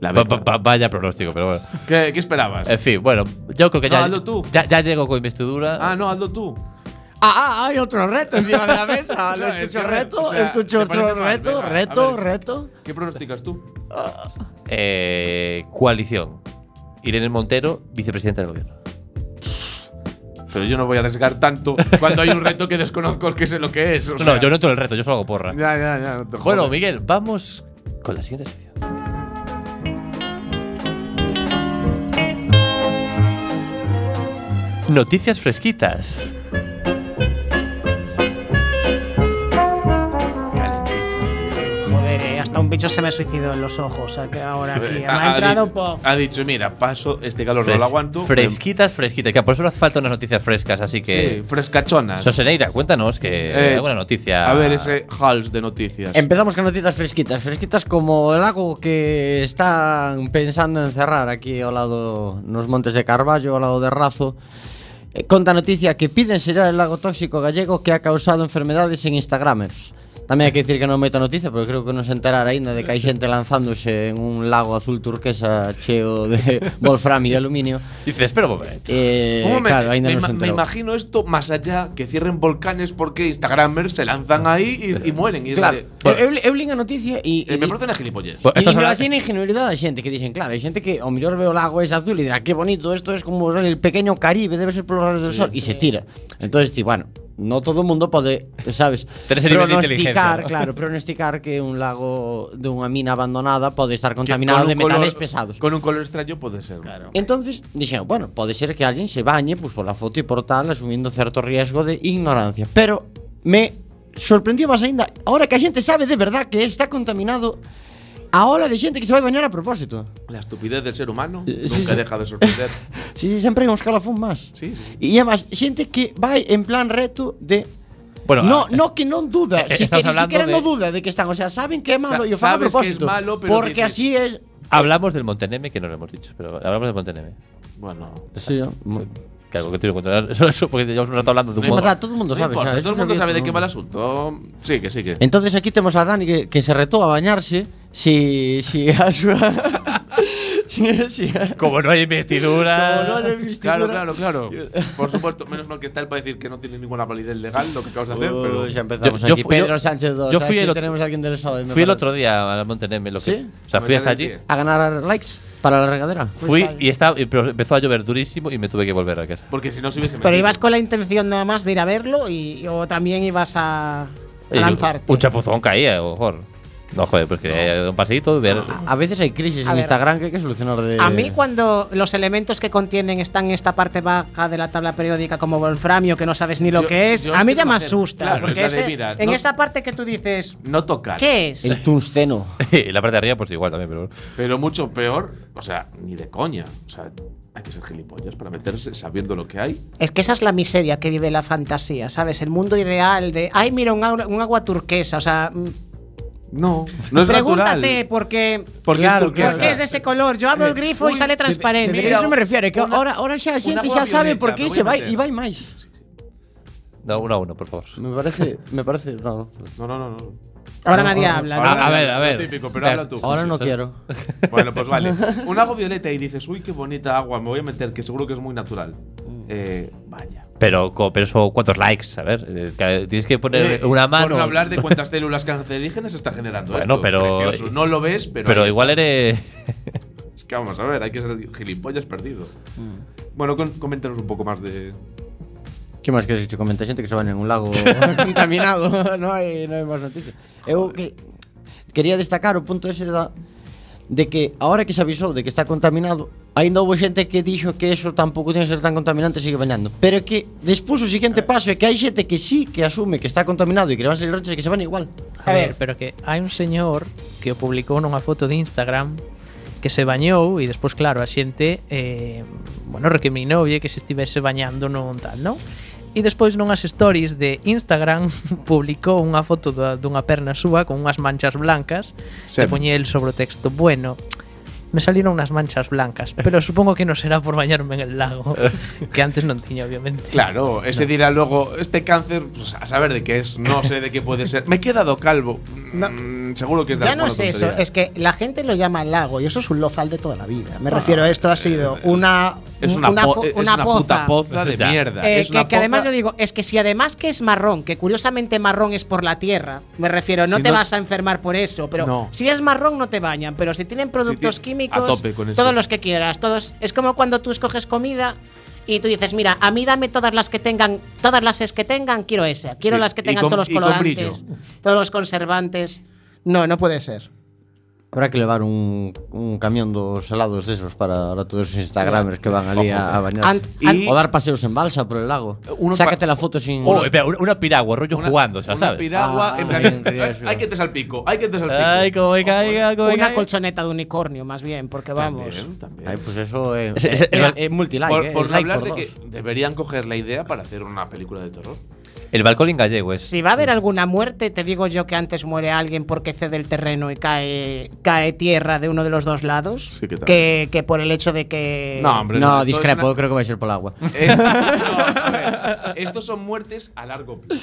S4: La
S3: Va-
S4: beca.
S3: va- va- vaya pronóstico, pero bueno.
S4: ¿Qué, qué esperabas?
S5: Eh,
S3: En fin, bueno, yo creo que
S4: No,
S3: ya,
S4: hazlo tú.
S3: ya, ya llego con investidura.
S4: Ah, no, hazlo tú.
S5: Ah, ah, hay otro reto encima de la mesa. Ah, Lo
S4: No, es
S5: escucho
S4: que,
S5: reto,
S4: o sea,
S5: escucho
S4: me parece
S5: otro
S4: mal,
S5: reto,
S4: venga, a
S5: reto,
S4: ver.
S5: reto.
S4: ¿Qué pronosticas tú?
S3: Eh, coalición. Irene Montero, vicepresidenta del gobierno.
S4: Pero yo no voy a arriesgar tanto cuando hay un reto que desconozco que sé lo que es. o
S3: No,
S4: sea.
S3: yo no entro en el reto, yo solo hago porra.
S4: Ya, ya, ya. no te
S3: Bueno,
S4: jodas.
S3: Miguel, vamos con la siguiente sección. Noticias fresquitas.
S8: Joder, eh, hasta un bicho se me suicidó en los ojos. O sea, que ahora
S5: eh,
S8: aquí me
S4: Ha-
S8: ha
S4: ha
S8: entrado
S4: di-
S8: po-
S4: Ha dicho, mira, paso, este calor no
S3: Fres-
S4: lo aguanto.
S3: Fresquitas, fresquitas. Que por eso nos falta unas noticias frescas, así
S4: Sí,
S3: que.
S4: frescachonas.
S3: Soseneira, cuéntanos que
S4: Eh,
S3: alguna noticia.
S4: A ver ese hals de noticias.
S5: Empezamos con noticias fresquitas, fresquitas como el lago que están pensando en cerrar aquí ao lado nos Montes de Carballo, ao lado de Razo. Eh, Conta a noticia que piden sellar el lago tóxico gallego que ha causado enfermedades en Instagramers. Tamén hai que dicir que non é moita noticia, porque creo que non se enterar aínda de que hai xente lanzándose en un lago azul turquesa cheo de wolframio e aluminio.
S3: Dices, espera un momento.
S5: Eh,
S4: ¿Cómo me,
S5: claro, aínda
S4: me
S5: non
S4: ima-
S5: se
S4: me
S5: enterou.
S4: imagino esto más allá, que cierren volcanes porque Instagramers se lanzan ahí y, y mueren. Y
S5: Claro,
S4: eh,
S5: eu, eu, eu lin a noticia e,
S4: eh,
S5: e
S4: me parece una gilipollez.
S3: Bueno,
S5: Esto
S3: esto
S5: y
S3: será-
S5: no tiene ingenuidad hay gente que dicen, claro, hay gente que o mejor veo el lago es azul y dirá, qué bonito, esto es como el pequeño Caribe, debe ser por los rayos del sol, y se tira. Entonces, ti, bueno, no todo el mundo puede, ¿sabes?
S3: Tener ese nivel de inteligencia, ¿no?
S5: claro, pronosticar que un lago de una mina abandonada puede estar
S4: Que
S5: contaminado
S4: con
S5: de
S4: un color-
S5: metales pesados.
S4: Con un color extraño puede ser. Claro.
S5: Entonces, dijeron, bueno, puede ser que alguien se bañe pues, por la foto y por tal, asumiendo cierto riesgo de ignorancia. Pero me sorprendió más ainda, ahora que la gente sabe de verdad que está contaminado a ola de gente que se va a bañar a propósito.
S4: La estupidez del ser humano
S5: Eh, sí,
S4: nunca
S5: sí.
S4: deja de sorprender.
S5: Sí, sí, siempre hay un escalafón más.
S4: sí, sí.
S5: Y además, gente que va en plan reto de...
S3: Bueno,
S5: no,
S3: ah,
S5: no que no duda,
S3: eh,
S5: si
S3: estás
S5: que ni
S3: hablando
S5: siquiera no
S3: de-
S5: duda de que están, o sea, saben que es malo
S4: Sa-
S5: y lo fan a
S4: sabes que es
S5: propósito.
S4: malo, pero
S5: porque
S4: dices-
S5: así es...
S3: hablamos del Monteneme, que no lo hemos dicho, pero hablamos del Monteneme.
S4: Bueno.
S5: Sí,
S3: Que algo que tengo que contar. Solo eso, porque llevamos un rato hablando de un modo.
S5: todo el mundo
S4: No
S5: sabe,
S4: importa,
S5: ¿sabes?
S4: todo el
S5: Es una
S4: mundo sabe de
S5: vida-
S4: qué va el asunto. Sigue, sigue.
S5: Entonces aquí tenemos a Dani que, que se retó a bañarse si si a su si, si a-
S3: Como no hay investidura.
S5: Como no hay
S4: Claro,
S5: investidura.
S4: claro, claro. Por supuesto, menos mal que está él para decir que no tiene ninguna validez legal lo que acabas de hacer, pero.
S5: Uy, ya empezamos
S3: ¿eh? Yo- yo
S5: aquí.
S3: fui-
S5: Pedro
S3: yo-
S5: Sánchez II.
S3: yo fui
S5: aquí
S3: el otro-
S5: tenemos a alguien del PSOE, me
S3: Fui el
S5: parece.
S3: otro día a Monteneme, lo que.
S5: ¿Sí?
S3: O sea, fui hasta
S4: Monteneme,
S3: allí.
S4: tío.
S5: a ganar likes para la regadera.
S3: Fui
S6: Fuiste
S3: y estaba, y- pero empezó a llover durísimo y me tuve que volver a casa.
S4: Porque si no se hubiese
S8: Pero
S4: metido.
S8: ibas con la intención nada más de ir a verlo y, o también ibas a, a
S3: Y
S8: lanzarte.
S3: Un chapuzón caía, a lo mejor. No, joder, pues quería un paseíto, ver.
S8: Ah.
S5: A a veces hay crisis
S8: A
S5: en
S8: ver.
S5: Instagram que hay que solucionar
S4: pues,
S5: de
S8: A
S4: eh,
S8: mí cuando los elementos que contienen están en esta parte baja de la tabla periódica como wolframio que no sabes ni lo
S4: Yo-
S8: que es,
S4: yo
S8: a mí
S4: estoy
S8: ya me
S4: más en-
S8: asusta.
S4: claro,
S8: porque
S4: es la de
S8: ese-
S4: mira,
S8: en
S4: no-
S8: esa parte que tú dices,
S4: No tocar.
S8: ¿qué es?
S5: el tungsteno.
S3: y la parte de arriba, pues igual también, pero.
S4: Pero mucho peor. O sea, ni de coña. O sea, hay que ser gilipollas para meterse sabiendo lo que hay.
S8: Es que esa es la miseria que vive la fantasía, ¿sabes? El mundo ideal de, ay, mira, un, aura- un agua turquesa, o sea, mm,
S4: No, no es
S8: pregúntate
S4: natural.
S8: por qué
S4: Porque
S5: Claro,
S4: es turquesa.
S8: ¿por qué es de ese color. Yo abro el grifo y
S4: Uy,
S8: sale
S4: debe-
S8: transparente.
S4: debería-
S5: eso me refiero, que
S4: una-
S5: ahora ahora xa a xente
S4: boa
S5: xa sabe
S4: violeta,
S5: por qué
S4: me voy
S5: se
S4: a
S5: vai
S4: meter.
S5: e vai máis.
S3: No, uno a uno, por favor.
S5: Me parece, me parece, no.
S4: No, no, no. no.
S8: Ahora nadie habla. ¿no?
S3: a ver, a
S4: lo
S3: ver.
S4: típico, pero
S3: Veas,
S4: habla tú.
S5: Ahora no quiero.
S4: Bueno, pues vale. Un agua violeta y dices, uy, qué bonita agua, me voy a meter, que seguro que es muy natural.
S8: Mm.
S4: Eh, vaya.
S3: Pero, co- pero eso, ¿cuántos likes? A ver, eh, que tienes que poner
S4: Eh,
S3: una mano.
S4: Por no hablar de cuántas células cancerígenas está generando
S3: Bueno,
S4: esto.
S3: pero-
S4: Precioso. No lo ves, pero.
S3: Pero
S4: ahí
S3: igual eres.
S4: está. Es que vamos a ver, hay que ser gilipollas perdido. Bueno, con, coméntanos un poco más de.
S5: Que máis que se comenta xente que se baña en un lago contaminado, non hai, non hai máis noticias. Eu que quería destacar o punto ese da de que ahora que se avisou de que está contaminado, ainda houve xente que dixo que eso tampouco tiene que ser tan contaminante e sigue bañando. Pero é que despois o seguinte paso é que hai xente que sí que asume que está contaminado e que le van a salir ronchas e que se van igual.
S7: A ver, pero que hai un señor que publicou nunha foto de Instagram que se bañou e despois, claro, a xente eh, bueno, recriminoulle que se estivese bañando non tal, non? E despois nunhas stories de Instagram publicou unha foto da- dunha perna súa con unhas manchas blancas
S4: Sí.
S7: e poñe el sobre o texto bueno, me salieron unhas manchas blancas, pero supongo que non será por bañarme en el lago, que antes non tiña, obviamente.
S4: Claro, ese dirá luego, este cáncer, pues, a saber de qué es, no sé de qué puede ser. Me he quedado calvo. Mm,
S6: No.
S4: Mm, seguro que es de
S6: Ya
S4: alguna
S6: no es eso,
S4: tontería.
S6: es que la gente lo llama lago y eso es un lozal de toda la vida. Me refiero, esto ha sido una.
S4: eh, Es
S6: un-
S4: una, po-
S6: fo-
S4: es una puta poza de
S3: Ya.
S4: mierda.
S8: Eh,
S4: es
S8: que,
S4: una
S8: que además
S4: poza-
S8: yo digo, es que si además que es marrón, que curiosamente marrón es por la tierra, me refiero, no
S4: Si
S8: te
S4: no-
S8: vas a enfermar por eso, pero
S4: No.
S8: si es marrón no te bañan, pero si tienen productos
S4: ti- a
S8: químicos,
S4: tope con eso.
S8: todos los que quieras, todos, es como cuando tú escoges comida y tú dices, mira, a mí dame todas las que tengan, todas las es que tengan, quiero esa, quiero
S4: Sí,
S8: las que
S4: y
S8: tengan
S4: con-
S8: todos los
S4: y con
S8: colorantes,
S4: brillo.
S8: todos los conservantes. No, no puede ser.
S5: Habrá que levar un, un camión dos helados de esos para, para todos los instagramers que van allí a, a bañarse.
S8: Ant-
S4: Y-
S5: O dar paseos en balsa por el lago.
S4: Uno
S5: Sácate la foto sin...
S3: Oh, espera, una, una piragua, rollo jugando, o sea,
S4: una
S3: ¿sabes?
S4: piragua.
S5: Ah,
S4: en
S5: bien,
S4: plan,
S5: bien, bien.
S4: hay que te salpico, hay que te salpico.
S3: Ay, como me caiga, como me
S8: Una
S3: caiga.
S8: colchoneta de unicornio, más bien, porque vamos.
S4: También, también.
S5: Ay, pues eso eh,
S3: Ese-
S5: eh,
S3: ese-
S5: era-
S3: el-
S5: es multilike.
S4: por
S5: eh,
S4: por
S5: es
S4: no
S5: like
S4: hablar
S5: por
S4: de
S5: dos.
S4: que deberían coger la idea para hacer una película de terror.
S3: El balcón en gallego es.
S8: Si va a haber alguna muerte, te digo yo que antes muere alguien porque cede el terreno y cae, cae tierra de uno de los dos lados.
S4: Sí, ¿qué tal?
S8: que, que por el hecho de que.
S4: hombre.
S5: No,
S4: esto es
S5: discrepo,
S4: una-
S5: creo que va a ser por el agua.
S4: Eh, no, a ver, estos son muertes a largo plazo.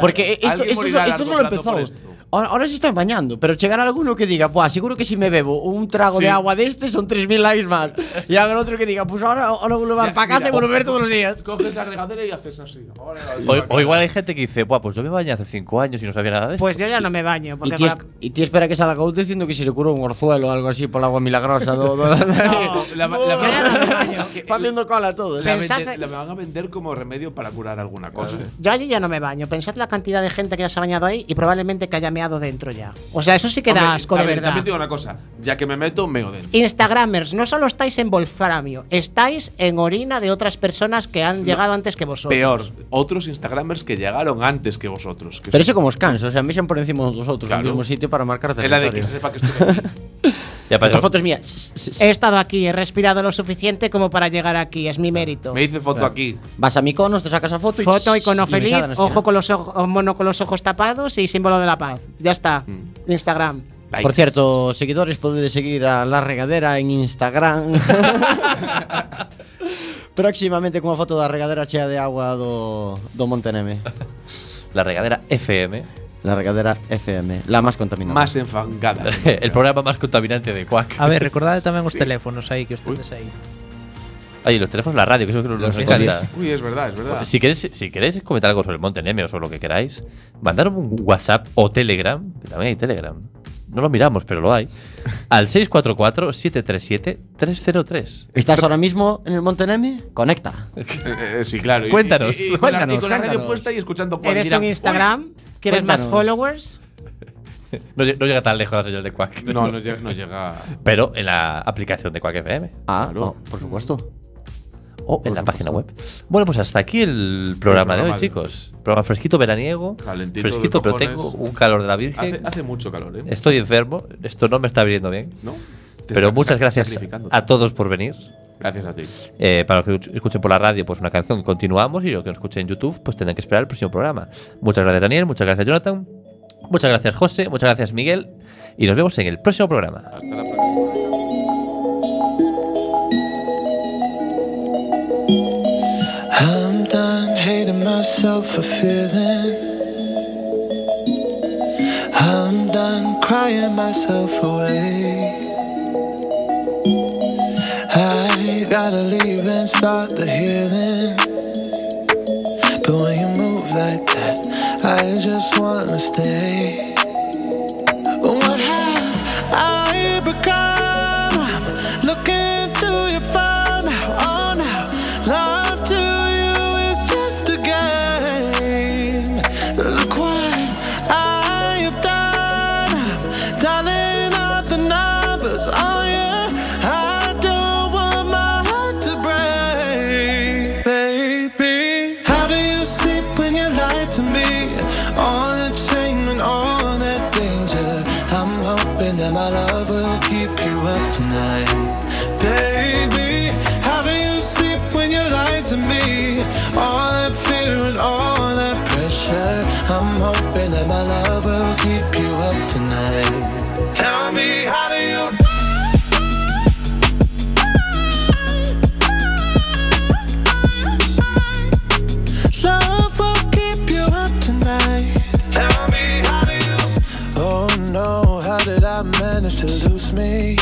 S5: Porque eh, esto,
S4: Alguien
S5: esto,
S4: morirá a
S5: esto
S4: largo
S5: solo
S4: plazo
S5: empezó.
S4: por esto.
S5: Ahora, ahora se están bañando, pero llegará alguno que diga, pues seguro que si me bebo un trago
S4: Sí.
S5: de agua de este son 3.000 likes más. Y habrá otro que diga, pues ahora, ahora vuelvo
S4: Ya,
S5: para casa
S4: mira,
S5: y volver todos los días.
S4: Coges la regadera y haces así. Ahora,
S3: O, o igual hay gente que dice, Buah, pues yo me bañé hace 5 años y no sabía nada de esto.
S8: Pues yo ya no me baño.
S5: Y
S8: Porque
S5: ti,
S8: con la-
S5: y ti espera que salga Gaud diciendo que se le curó un orzuelo o algo así por el agua milagrosa. do- do-
S4: la, la-
S8: Yo ya no me baño.
S4: que-
S5: Está haciendo cola a todos.
S4: la
S8: Pensad-
S4: vende- la van a vender como remedio para curar alguna cosa.
S8: Yo allí ya no me baño. Pensad la cantidad de gente que ya se ha bañado ahí y probablemente que haya meado dentro ya. O sea, eso sí que da
S4: Hombre,
S8: asco,
S4: a
S8: de
S4: ver,
S8: verdad.
S4: También te digo una cosa. Ya que me meto, meo dentro.
S8: Instagramers, no solo estáis en Wolframio, estáis en orina de otras personas que han llegado antes que vosotros.
S4: Peor, otros Instagramers que llegaron antes que vosotros. que
S5: Pero
S4: son-
S5: eso como os cansa, o sea, me por encima de nosotros
S4: Claro.
S5: en el mismo sitio para marcar
S4: es la de que
S5: territorio.
S4: se sepa que estoy aquí.
S3: Ya, pero-
S5: Esta foto es mía.
S8: He estado aquí, he respirado lo suficiente como para llegar aquí, es mi mérito.
S4: Me hice foto aquí.
S5: Vas a mi conos, te sacas la foto y...
S8: Foto, icono
S5: y me
S8: feliz,
S5: sacan así.
S8: ojo con los ojos, mono con los ojos tapados y símbolo de la paz. Ya está.
S4: Mm.
S8: Instagram.
S4: Likes.
S5: Por cierto, seguidores, podéis seguir a La Regadera en Instagram. Próximamente cunha foto da regadera chea de agua do, do Monteneme.
S3: la regadera FM,
S5: La Regadera FM, la más contaminada.
S4: Más enfangada.
S3: el programa más contaminante de Quack.
S7: A ver, recordad también los teléfonos ahí que os tenéis ahí.
S3: Oye, los teléfonos, la radio, que eso creo que nos
S5: Los
S3: encanta.
S4: Uy, es verdad, es verdad.
S3: Si queréis, si queréis comentar algo sobre el Monte Neme o sobre lo que queráis, mandar un WhatsApp o Telegram, que también hay Telegram. No lo miramos, pero lo hay. Al 644-737-303.
S5: Estás ahora mismo en el Monteneme? Conecta.
S4: Eh, eh, sí, claro. Y-
S3: Cuéntanos.
S4: Y, y con la, y
S5: Cuéntanos,
S4: con la radio
S5: cuéntanos.
S4: puesta y escuchando por
S8: ¿Eres en Instagram? ¿Quieres más
S5: cuéntanos.
S8: followers?
S3: No, lle- no llega tan lejos la señal de Quack.
S4: No, no llega. No llega.
S3: Pero en la aplicación de Quack FM.
S5: Ah,
S4: Claro.
S5: oh, por supuesto.
S3: O en la página web. Bueno, pues hasta aquí el programa,
S4: El
S3: de
S4: programa
S3: hoy,
S4: de-
S3: chicos. Programa fresquito veraniego.
S4: Calentito de
S3: fresquito, pero
S4: cojones.
S3: tengo un calor de la
S4: Hace,
S3: Virgen.
S4: hace mucho calor, ¿eh?
S3: Estoy enfermo. Esto no me está viniendo bien.
S4: ¿No? Te
S3: Pero
S4: estás
S3: muchas
S4: sac-
S3: gracias
S4: sacrificándote.
S3: a todos por venir.
S4: Gracias a ti.
S3: Eh, para los que escuch- escuchen por la radio, pues una canción, continuamos. Y los que nos escuchen en YouTube, pues tendrán que esperar el próximo programa. Muchas gracias, Daniel. Muchas gracias, Jonathan. Muchas gracias, José. Muchas gracias, Miguel. Y nos vemos en el próximo programa.
S4: Hasta la próxima.
S9: I'm done hating myself for feeling. I'm done crying myself away. I gotta leave and start the healing. But when you move like that, I just wanna stay. What have I become? I'm looking through your phone now, oh now. Love to you is just a game. Look what I have done. I'm dialing up the numbers, oh yeah. I don't want my heart to break, baby. How do you sleep when you lie to me? All that shame and all that danger. I'm hoping that my love will keep you up tonight. Baby, how do you sleep when you lie to me? All that fear and all that pressure. I'm hoping that my love will keep you up tonight. Tell me, how do you? Love will keep you up tonight. Tell me how do you? Oh, managed to lose me.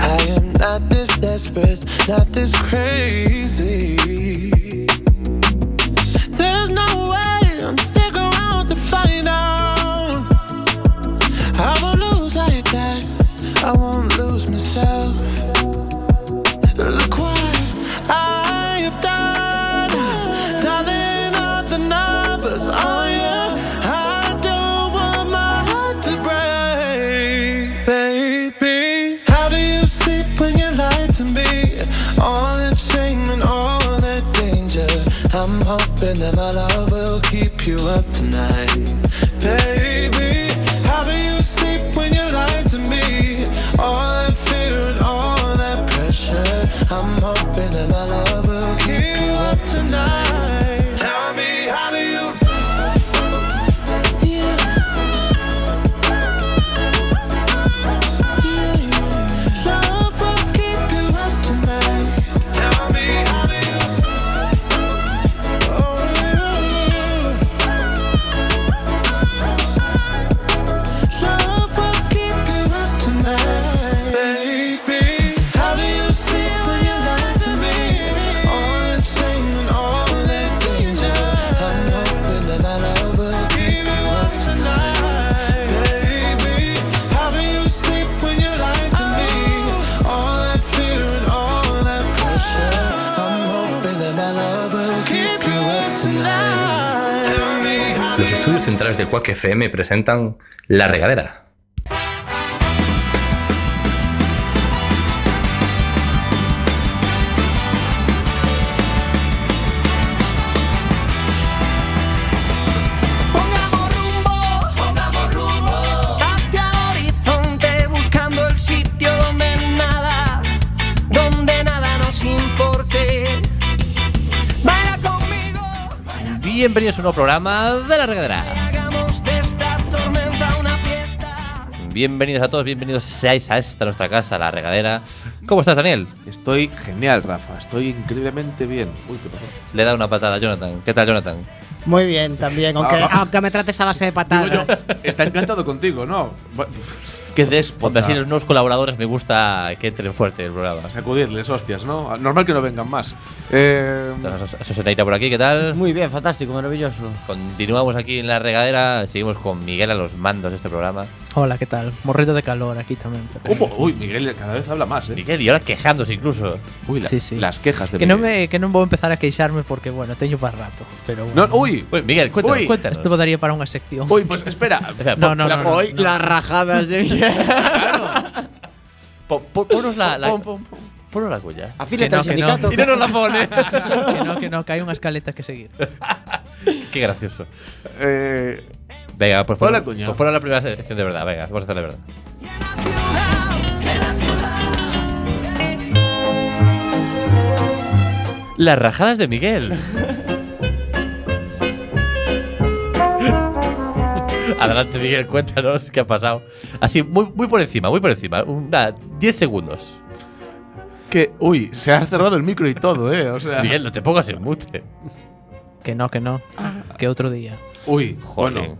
S9: I am not this desperate, not this crazy. There's no way I'm sticking around to find out. I will lose like that. I won't lose myself. Look what I have done. Dialing up the numbers on you. I don't want my heart to break, baby. How do you sleep when you lie to me? All that shame and all that danger. I'm hoping that my love will keep you up tonight, baby. How do you sleep when you lie to me? All that fear and all that pressure. I'm hoping that my love will keep you up tonight. Tell me, how do you? Love will keep you up tonight. Tell me, how do you? Oh, Love will keep you up tonight, baby. How do you sleep when you lie to me? All that shame and all that danger. I'm hoping that my love will keep you up tonight, baby. How do you sleep when you lie to me? All that fear and all that pressure. I'm hoping that my love will keep you up tonight. Tell me how
S1: Los estudios centrales de Quack FM presentan La Regadera.
S2: Pongamos rumbo, pongamos rumbo hacia el horizonte buscando el sitio donde nada, donde nada nos importe. Baila conmigo,
S3: Bienvenidos a un nuevo programa de La Regadera.
S2: hagamos de esta tormenta una fiesta.
S3: Bienvenidos a todos, bienvenidos seáis a esta nuestra casa, La Regadera. ¿Cómo estás, Daniel?
S4: Estoy genial, Rafa. Estoy increíblemente bien. Uy, qué pasó.
S3: Le he dado una patada a Jonathan. ¿Qué tal, Jonathan?
S6: Muy bien, también, aunque
S8: Aunque me trates a base de
S4: Ah, Digo yo,
S8: patadas.
S4: está encantado contigo, ¿no? Bu- Qué
S3: Porque
S4: déspota.
S3: así los nuevos colaboradores me gusta que entren fuerte el programa.
S4: A sacudirles, hostias, ¿no? Normal que no vengan más. Eh,
S3: Entonces, Eso se irá por aquí, ¿qué tal?
S5: Muy bien, fantástico, maravilloso.
S3: Continuamos aquí en La Regadera, seguimos con Miguel a los mandos de este programa.
S7: Hola, ¿qué tal? Morrito de calor aquí también. pero-
S4: ¿cómo? Uy, Miguel cada vez habla más, ¿eh?
S3: Miguel, y ahora quejándose incluso.
S4: Uy, la-
S7: Sí, sí.
S4: las quejas de
S7: Que no,
S4: Miguel.
S7: me, que non vou empezar a queixarme porque, bueno, teño para rato Pero bueno,
S4: No, uy,
S3: Uy, Miguel, cuéntanos,
S4: Uy.
S3: cuéntanos.
S7: Esto daría para unha sección
S4: uy, pues espera.
S3: Espera,
S7: No,
S3: pon-
S7: no,
S4: la-
S7: no, no,
S4: hoy
S7: no.
S5: rajadas de mierda.
S3: pon- pon- ponos la, la,
S4: Pon, pon, pon.
S3: ponos la cuya.
S5: Afílate al
S7: Que no, que no.
S5: sindicato.
S3: Y no nos la pones.
S7: Que no, que no, que hai unha escaleta que seguir
S3: Qué gracioso.
S4: Eh,
S3: Venga, pues
S4: Hola,
S3: pon-
S4: cuñao.
S3: pues pon la primera sección de verdad. Venga, vamos a hacer de verdad. Las rajadas de Miguel. Adelante, Miguel, cuéntanos qué ha pasado. Así, muy, muy por encima, muy por encima. Una, 10 segundos.
S4: que, uy, se ha cerrado el micro y todo, ¿eh? O sea.
S3: Miguel, no te pongas en mute.
S7: Que no, que no, que outro día
S4: Uy,
S3: Joder.
S4: bueno.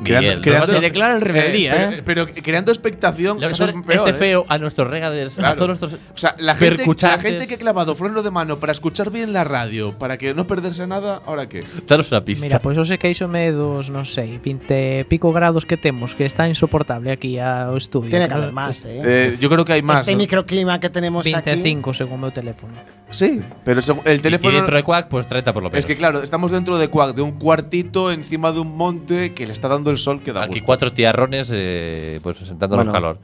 S3: Miguel, no vas a-
S5: Se declara en rebeldía, ¿eh?
S4: Pero, pero creando expectación,
S3: le vas
S4: eso
S3: a
S4: es
S3: hacer este
S4: peor, ¿eh?
S3: feo a nuestros regaders, a
S4: Claro.
S3: todos nuestros
S4: O sea, la gente, la
S3: Percuchantes.
S4: gente que ha clavado freno de mano para escuchar bien la radio, para que no perderse nada, ¿ahora qué?
S5: Eh,
S3: Danos una pista.
S7: Mira, pois eu sei que me dos, non sei, 20 e pico grados que temos Que está insoportable aquí ao estudio
S6: tiene que haber
S7: non-
S6: más, ¿eh?
S4: Eh, yo creo que hay más.
S6: este
S4: ¿no?
S6: microclima que tenemos aquí.
S7: 25 según meu teléfono
S4: Sí, pero seg-
S3: Y
S4: el
S3: dentro
S4: teléfono.
S3: de Quack, pues 30 por lo menos.
S4: Es que claro, estamos dentro de Quack, de un cuartito encima de un monte que le está dando el sol que da
S3: Aquí
S4: gusto.
S3: cuatro tiarrones, eh, pues sentándonos
S5: Bueno.
S3: calor.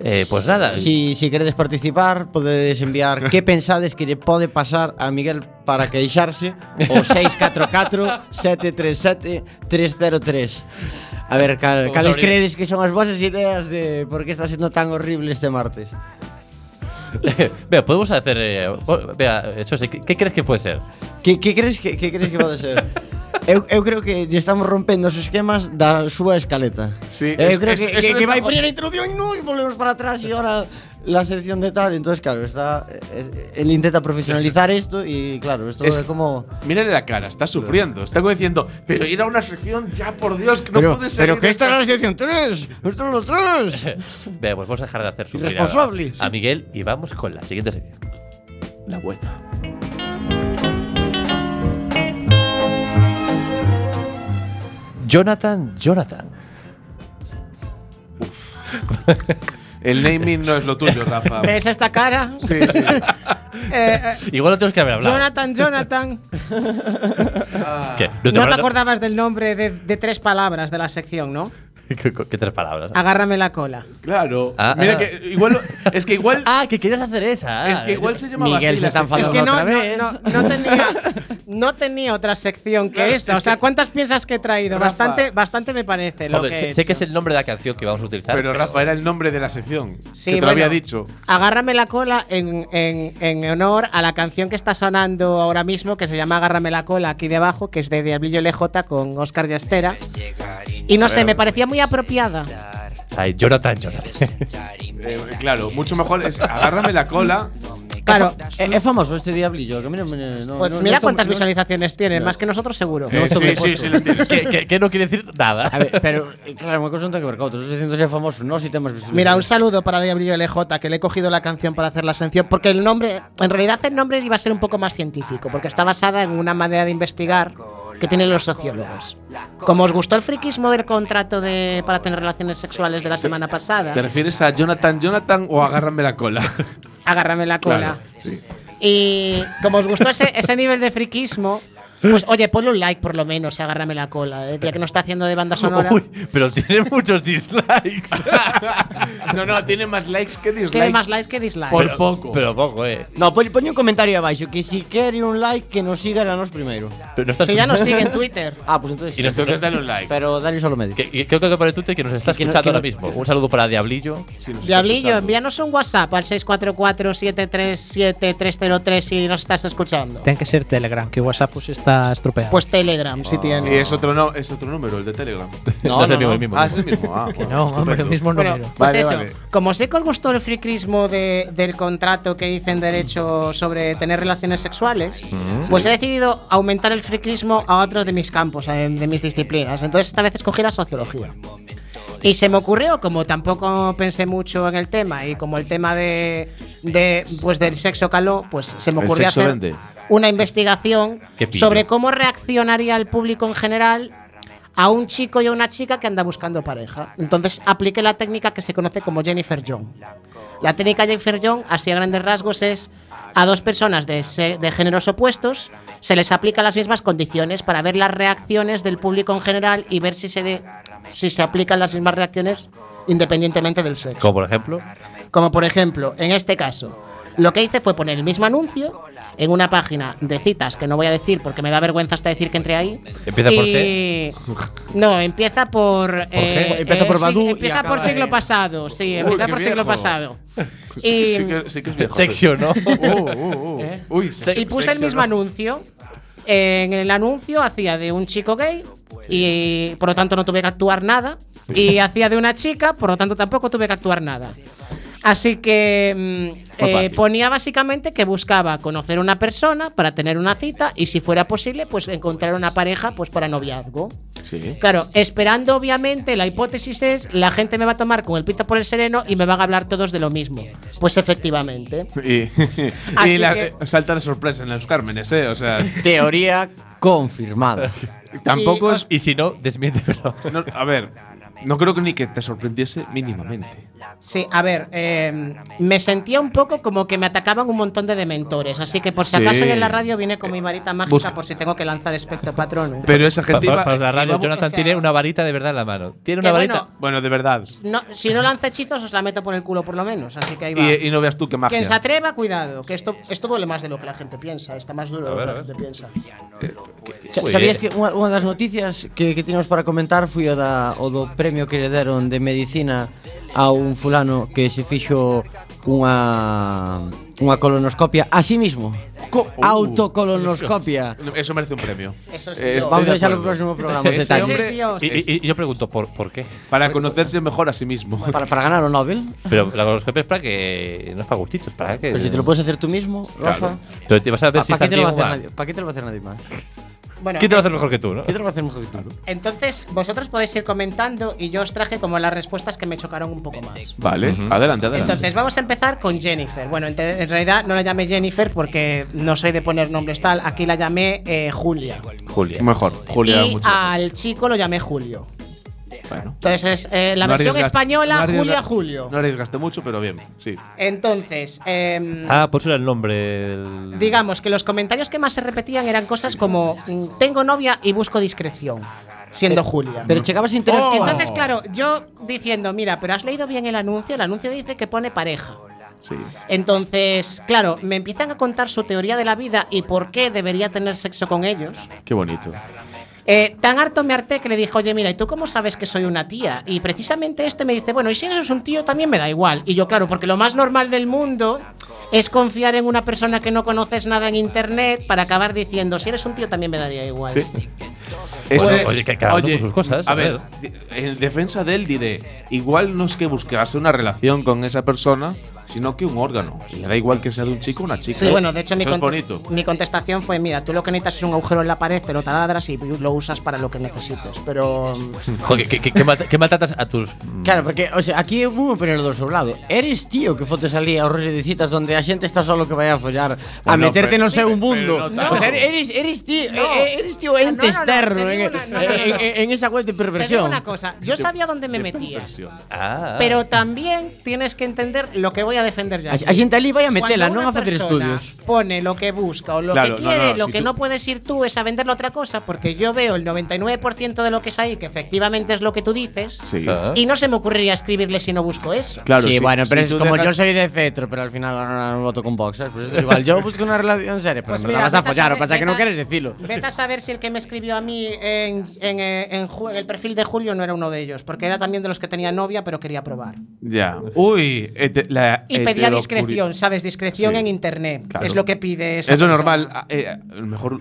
S3: Eh, pues nada.
S5: Si, si queredes participar, podedes enviar que pensades que lle pode pasar a Miguel para queixarse o 644-737-303. A ver, cal,
S3: Vamos a
S5: cales
S3: abrir.
S5: credes que son as vosas ideas de por que está sendo tan horrible este martes?
S3: Vea, podemos hacer. eh, o- vea, eh, José, ¿qué, qué crees que puede ser?
S5: Que, que crees que, que crees que pode ser? Eu, eu creo que lle estamos rompendo os esquemas da súa escaleta.
S4: Sí,
S5: eu
S4: es-
S5: creo
S4: es-
S5: que,
S4: eso
S5: que, que
S4: está-
S5: vai poner a introdución e non volvemos para atrás e ahora la selección de tal, entonces claro, está es- él intenta profesionalizar esto y claro, esto
S4: Es-
S5: es como
S4: Mírale la cara, está sufriendo. Está como diciendo, pero ir a una sección, ya por Dios, que no
S5: pero,
S4: puede ser.
S5: pero que esta era la selección 3, esto es los 3.
S3: Venga, pues vamos a dejar de hacer sufrir
S5: Irresponsable,
S3: a- a, Miguel y vamos con la siguiente sección. La buena. Jonathan, Jonathan.
S4: El naming no es lo tuyo, Rafa.
S8: ¿Ves esta cara?
S4: Sí, sí.
S8: Eh, eh,
S3: Igual lo tenemos que haber hablado.
S8: Jonathan, Jonathan.
S3: ¿Qué?
S8: No te
S3: acuerdas-
S8: acordabas del nombre de, de tres palabras de la sección, ¿no?
S3: ¿Qué, qué tres palabras?
S8: Agárrame la cola.
S4: Claro.
S3: Ah,
S4: Mira
S3: ah.
S4: que igual. Es que igual.
S3: Ah, que querías hacer esa.
S4: es que igual se llamaba
S5: Miguel
S4: así
S5: se
S4: la
S5: está
S4: sección.
S8: Es
S5: enfadando
S8: que no,
S5: otra
S8: no,
S5: vez.
S8: no, no tenía, no tenía otra sección que esta. O sea, ¿cuántas piensas que he traído?
S4: Rafa.
S8: Bastante, bastante me parece lo
S3: Joder,
S8: que he
S3: sé, sé que es
S8: hecho.
S3: el nombre de la canción que vamos a utilizar.
S4: Pero Rafa era el nombre de la sección. que
S8: Sí,
S4: te lo
S8: bueno.
S4: había dicho.
S8: Agárrame la cola en, en- en honor a la canción que está sonando ahora mismo, que se llama Agárrame la cola aquí debajo, que es de Diablillo LJ con Oscar Yastera. Y no sé, me parecía muy apropiada.
S3: Ay, Jonathan, Jonathan.
S4: Eh, claro, mucho mejor es agárrame la cola.
S8: Claro,
S5: Es, es famoso este diablillo, que mira, mira, no,
S8: pues
S5: no-
S8: mira
S5: no tomo-
S8: cuántas
S5: no-
S8: visualizaciones tiene, más que nosotros seguro.
S4: Eh, sí, sí, sí, las tienes.
S3: que, que- que no quiere decir nada.
S5: A ver, pero eh, claro, una cosa no tiene que ver con otra, estoy diciendo ser famoso, no si tenemos visualizaciones.
S6: Mira, un
S5: usa
S6: saludo para Diablillo LJ, que le he cogido la canción para hacer la sección, porque el nombre,
S8: En realidad el nombre iba a ser un poco más científico, porque está basada en una manera de investigar que tienen los sociólogos. Como os gustó el friquismo del contrato de, para tener relaciones sexuales de la semana pasada,
S4: ¿Te refieres a Jonathan Jonathan o agárrame la cola?
S8: agárrame la cola.
S4: Claro, sí.
S8: Y como os gustó ese, ese nivel de friquismo, pues oye, ponle un like por lo menos y agárrame la cola, eh, ya que no está haciendo de banda sonora.
S3: Uy, pero tiene muchos dislikes.
S4: no, no, tiene más likes que dislikes.
S8: Tiene más likes que dislikes.
S4: Por poco.
S3: pero poco, eh.
S5: No, pon, ponle un comentario abajo que si quiere un like que nos siga a nos primero.
S3: Pero no estás-
S8: si ya nos sigue en Twitter.
S5: Ah, pues entonces.
S3: Y nos-
S4: Entonces dale un like.
S5: Pero dale solo medio.
S3: que- que- Creo que para el Twitter que nos está
S5: Que no-
S3: escuchando
S5: que no-
S3: ahora mismo. Un saludo para Diablillo.
S8: Diablillo, envíanos un WhatsApp al 644-737-303 si nos estás escuchando.
S7: Tiene que ser Telegram, que WhatsApp pues está estropeado.
S6: pues Telegram,
S4: Ah.
S6: si tiene.
S4: Y es otro, no, es otro número, el de Telegram.
S5: No,
S3: es el mismo,
S5: no, no.
S3: el mismo.
S4: Ah, es el mismo. Ah, bueno,
S7: no, hombre,
S4: estupendo.
S7: el mismo
S8: Bueno,
S7: número.
S8: pues
S4: Vale,
S8: eso.
S4: vale.
S8: Como sé que os gustó el fricrismo de- del contrato que hice en derecho sobre tener relaciones sexuales, pues he decidido aumentar el fricrismo a otros de mis campos, a- de mis disciplinas. Entonces esta vez escogí la sociología. Y se me ocurrió, como tampoco pensé mucho en el tema, y como el tema de, de, pues del sexo caló, pues se me
S4: El
S8: ocurrió
S4: sexo
S8: hacer
S4: vende.
S8: una investigación
S3: Qué pillo.
S8: sobre cómo reaccionaría el público en general a un chico y a una chica que anda buscando pareja. Entonces apliqué la técnica que se conoce como Jennifer Young. La técnica Jennifer Young, así a grandes rasgos, es a dos personas de, se- de géneros opuestos se les aplica las mismas condiciones para ver las reacciones del público en general y ver si se, de- si se aplican las mismas reacciones independientemente del sexo.
S3: Como por ejemplo.
S8: Como por ejemplo, en este caso, lo que hice fue poner el mismo anuncio en una página de citas que no voy a decir porque me da vergüenza hasta decir que entré ahí.
S3: ¿Empieza por
S8: Y- No, empieza por. eh,
S3: G?
S5: Empieza por
S8: sí,
S5: Badoo y
S8: empieza
S5: acaba
S8: por siglo
S5: en-
S8: pasado, sí,
S4: Uy,
S8: empieza
S4: qué
S8: por siglo
S4: viejo.
S8: pasado.
S4: Sí,
S8: Y,
S4: sí que- sí que es viejo.
S3: Sexy o no.
S4: Uh, uh, uh. Uy, sexy-
S8: y puse el
S4: sexy
S8: mismo
S4: o no.
S8: anuncio. En el anuncio hacía de un chico gay y por lo tanto no tuve que actuar nada. Y hacía de una chica, por lo tanto tampoco tuve que actuar nada. Así que mm,
S3: Muy
S8: eh,
S3: fácil.
S8: ponía básicamente que buscaba conocer una persona para tener una cita y si fuera posible pues encontrar una pareja pues para noviazgo.
S4: Sí.
S8: Claro, esperando obviamente, la hipótesis es la gente me va a tomar con el pito por el sereno y me van a hablar todos de lo mismo. Pues efectivamente.
S4: Y,
S8: Así
S4: y la-
S8: que-
S4: salta de sorpresa en los Cármenes, ¿eh? O sea,
S5: Teoría confirmada.
S4: tampoco
S8: Y
S4: es.
S3: y si no, desmiéntemelo.
S4: no, a ver, no creo que ni que te sorprendiese mínimamente.
S8: Sí, a ver, eh, me sentía un poco como que me atacaban un montón de dementores, así que por si acaso
S4: Sí.
S8: hoy en la radio vine con mi varita mágica
S4: busca-
S8: por si tengo que lanzar espectro patrón.
S4: Pero esa
S3: Pa-
S4: gente
S3: pa-
S4: iba-
S3: Para la radio,
S4: iba-
S3: Jonathan
S8: o sea-
S3: tiene una varita de verdad en la mano. Tiene una
S8: Que
S3: varita.
S4: Bueno, de verdad.
S8: No, si no lanza hechizos os la meto por el culo por lo menos, así que ahí va.
S4: Y, y no veas tú qué magia.
S8: Quien se atreva, cuidado, que esto, esto duele más de lo que la gente piensa, está más duro de lo que
S3: ver,
S8: la
S3: a ver.
S8: gente piensa.
S5: Sa-
S3: Muy
S5: Sabías
S3: bien.
S5: que unha, unha das noticias que, que tínhamos para comentar foi o, da, o do premio que lle deron de medicina a un fulano que se fixo unha unha colonoscopia a sí mismo.
S4: Co- Uh.
S5: Autocolonoscopia.
S4: Eso merece un premio.
S8: Eso sí,
S4: Eh,
S8: no.
S4: estoy
S5: Vamos
S4: de
S5: a dejarlo
S4: acuerdo.
S5: para el próximo programa. los
S4: Ese
S5: detalles.
S4: hombre-
S8: Dios.
S3: Y, y- y yo pregunto, ¿por, por qué?
S4: Para conocerse mejor a sí mismo.
S5: Para, para ganar un Nobel.
S3: Pero la colonoscopia es para que. No es para gustitos, para que.
S5: Pero si te lo puedes hacer tú mismo, Rafa.
S3: Pero te vas a ver
S5: ¿pa-
S3: si
S5: ¿Para
S3: estás
S5: qué, te
S3: bien
S5: lo va a
S3: o
S5: hacer
S3: mal.
S5: nadie- pa' qué te lo va a hacer nadie más? ¿Quién
S8: Bueno,
S3: ¿Quién te lo hace mejor que tú, no?
S5: te lo va a hacer mejor que tú?
S8: entonces vosotros podéis ir comentando y yo os traje como las respuestas que me chocaron un poco más.
S4: Vale, adelante, adelante.
S8: Entonces vamos a empezar con Jennifer. Bueno, en, te- en realidad no la llamé Jennifer porque no soy de poner nombres tal. Aquí la llamé eh, Julia.
S3: Julia.
S4: mejor. Julia,
S8: Y
S4: mucho.
S8: al chico lo llamé Julio.
S4: Bueno.
S8: Entonces, es, eh, la
S4: No
S8: versión
S4: arriesgas- no
S8: española,
S4: arriesga-
S8: Julia, Julio.
S4: No arriesgaste mucho, pero bien, sí.
S8: Entonces, em,
S3: Ah, por eso era el nombre del.
S8: digamos que los comentarios que más se repetían eran cosas como mm, tengo novia y busco discreción, siendo Julia.
S5: Pero checabas internet.
S4: Oh.
S8: Oh, Entonces, claro, yo diciendo, mira, pero has leído bien el anuncio, el anuncio dice que pone pareja.
S4: Sí.
S8: Entonces, claro, me empiezan a contar su teoría de la vida y por qué debería tener sexo con ellos.
S4: Qué bonito.
S8: Eh, tan harto me harté que le dije, oye, mira, ¿y tú cómo sabes que soy una tía? Y precisamente este me dice, bueno, y si eso es un tío también me da igual. Y yo, claro, porque lo más normal del mundo es confiar en una persona que no conoces nada en internet para acabar diciendo, si eres un tío también me daría igual.
S4: Sí.
S3: Bueno, oye, que cada uno con sus cosas,
S4: A
S3: a
S4: ver, en defensa de él diré, igual no es que buscase una relación con esa persona, sino que un órgano. Y da igual que sea de un chico o una chica.
S8: Sí, bueno, de hecho mi,
S4: Eso es
S8: conte-
S4: bonito.
S8: mi contestación fue, mira, tú lo que necesitas es un agujero en la pared, te lo taladras y lo usas para lo que necesites. Pero
S3: Joder, que, que, que malta- que maltratas a tus.
S5: Claro, porque, o sea, aquí vou poner do seu lado Eres tío que fotes ali aos rollo de citas Onde a xente está solo que vai a follar A
S4: Bueno,
S5: meterte
S4: pero-
S5: no seu
S4: Sí, pero
S5: mundo
S4: no
S5: O sea, eres, eres tío eh, Eres tío
S8: no, no,
S5: ente
S8: te
S5: externo en,
S8: digo una- no, no,
S5: en-
S8: no.
S5: en- en esa web de
S8: te digo
S5: perversión
S8: una cosa, yo sabía dónde me metía.
S3: Ah,
S8: Pero también tienes que entender lo que voy a defender yo.
S5: A,
S8: aquí.
S5: a xente ali vai a
S8: Cuando
S5: metela, non a
S8: una
S5: facer
S8: persona
S5: estudios
S8: Pone lo que busca o lo
S4: Claro,
S8: que
S4: no,
S8: quiere,
S4: no,
S8: lo
S4: si
S8: que
S4: tú-
S8: no puedes ir tú es a venderle otra cosa, porque yo veo el 99% de lo que es ahí, que efectivamente es lo que tú dices,
S4: Sí.
S3: Ah.
S8: y no se me ocurriría escribirle si no busco eso.
S4: Claro,
S5: sí,
S4: si-
S5: bueno, pero
S4: si
S5: es
S4: tú
S5: como
S4: dejas-
S5: yo soy de cetro, pero al final no, voto con boxers. Pues esto es igual, yo busco una relación seria, pero
S8: Pues
S5: me la
S8: mira,
S5: vas a
S8: vete a
S5: follar, o
S8: saber-
S5: pasa que no
S8: vete a-
S5: quieres decirlo.
S8: Vete a saber si el que me escribió a mí en, en, eh, en Ju- en el perfil de Julio no era uno de ellos, porque era también de los que tenía novia, pero quería probar.
S4: Ya. Uy, hete- la eh,
S8: Y pedía
S4: heterocuri-
S8: discreción, ¿sabes? Discreción
S4: Sí.
S8: en internet.
S4: Claro.
S8: Es lo que pide esa
S4: Es lo
S8: persona.
S4: normal. ah, eh, ah, el mejor.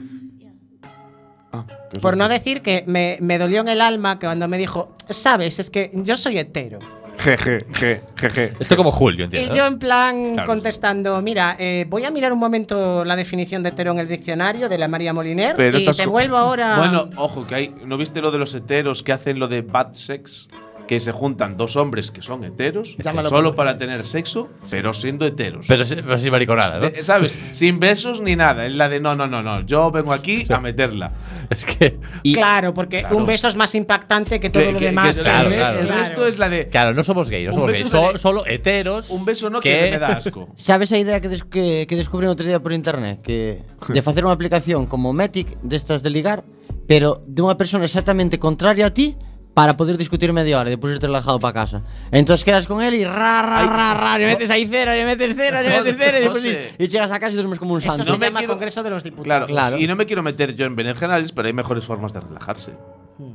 S4: Ah, que os
S8: Por no
S4: lo-
S8: decir que me, me dolió en el alma que cuando me dijo, sabes, es que yo soy hetero.
S4: Jeje, je, jeje.
S3: Esto como Julio, entiendo.
S8: Y yo en plan
S4: Claro.
S8: contestando, mira, eh, voy a mirar un momento la definición de hetero en el diccionario de la María Moliner
S4: Pero
S8: y
S4: estás
S8: te
S4: co-
S8: vuelvo ahora...
S4: Bueno, ojo, que hay. ¿No viste lo de los heteros que hacen lo de bad sex? Que se juntan dos hombres que son heteros
S8: Llámalo
S4: solo
S8: como-
S4: para tener sexo, pero siendo heteros.
S3: Pero, sí- pero sí mariconada, ¿no?
S4: De- ¿Sabes? Sin besos ni nada. Es la de no, no, no, no. Yo vengo aquí a meterla.
S3: Es que.
S8: claro, porque un beso es más impactante que todo
S4: Que-
S8: lo
S4: que-
S8: demás.
S4: que-
S3: Claro,
S4: el-
S3: claro.
S4: El resto es la de.
S3: Claro, no somos gays, no
S4: eh, Un
S3: somos
S4: beso
S3: gays.
S4: de-
S3: so- solo heteros.
S4: Un beso no que me da asco.
S5: Sabes a idea que, des que, que descubrín outro día por internet? Que de facer unha aplicación como Matic destas de ligar Pero dunha persona exactamente contraria a ti Para poder discutir media hora e depois irte relajado para casa Entón quedas con él e ra, ra, ra, ra Le metes aí cera, le metes cera, le metes cera E,
S4: No
S5: depois
S4: sé.
S5: e chegas a casa e dormes como un
S8: Eso
S5: santo
S8: se
S4: No me
S8: llama
S4: quiero-
S8: Congreso de los
S4: Claro,
S8: Diputados.
S5: Claro.
S4: Y no me quiero meter yo en berenjenales, pero hay mejores formas de relajarse.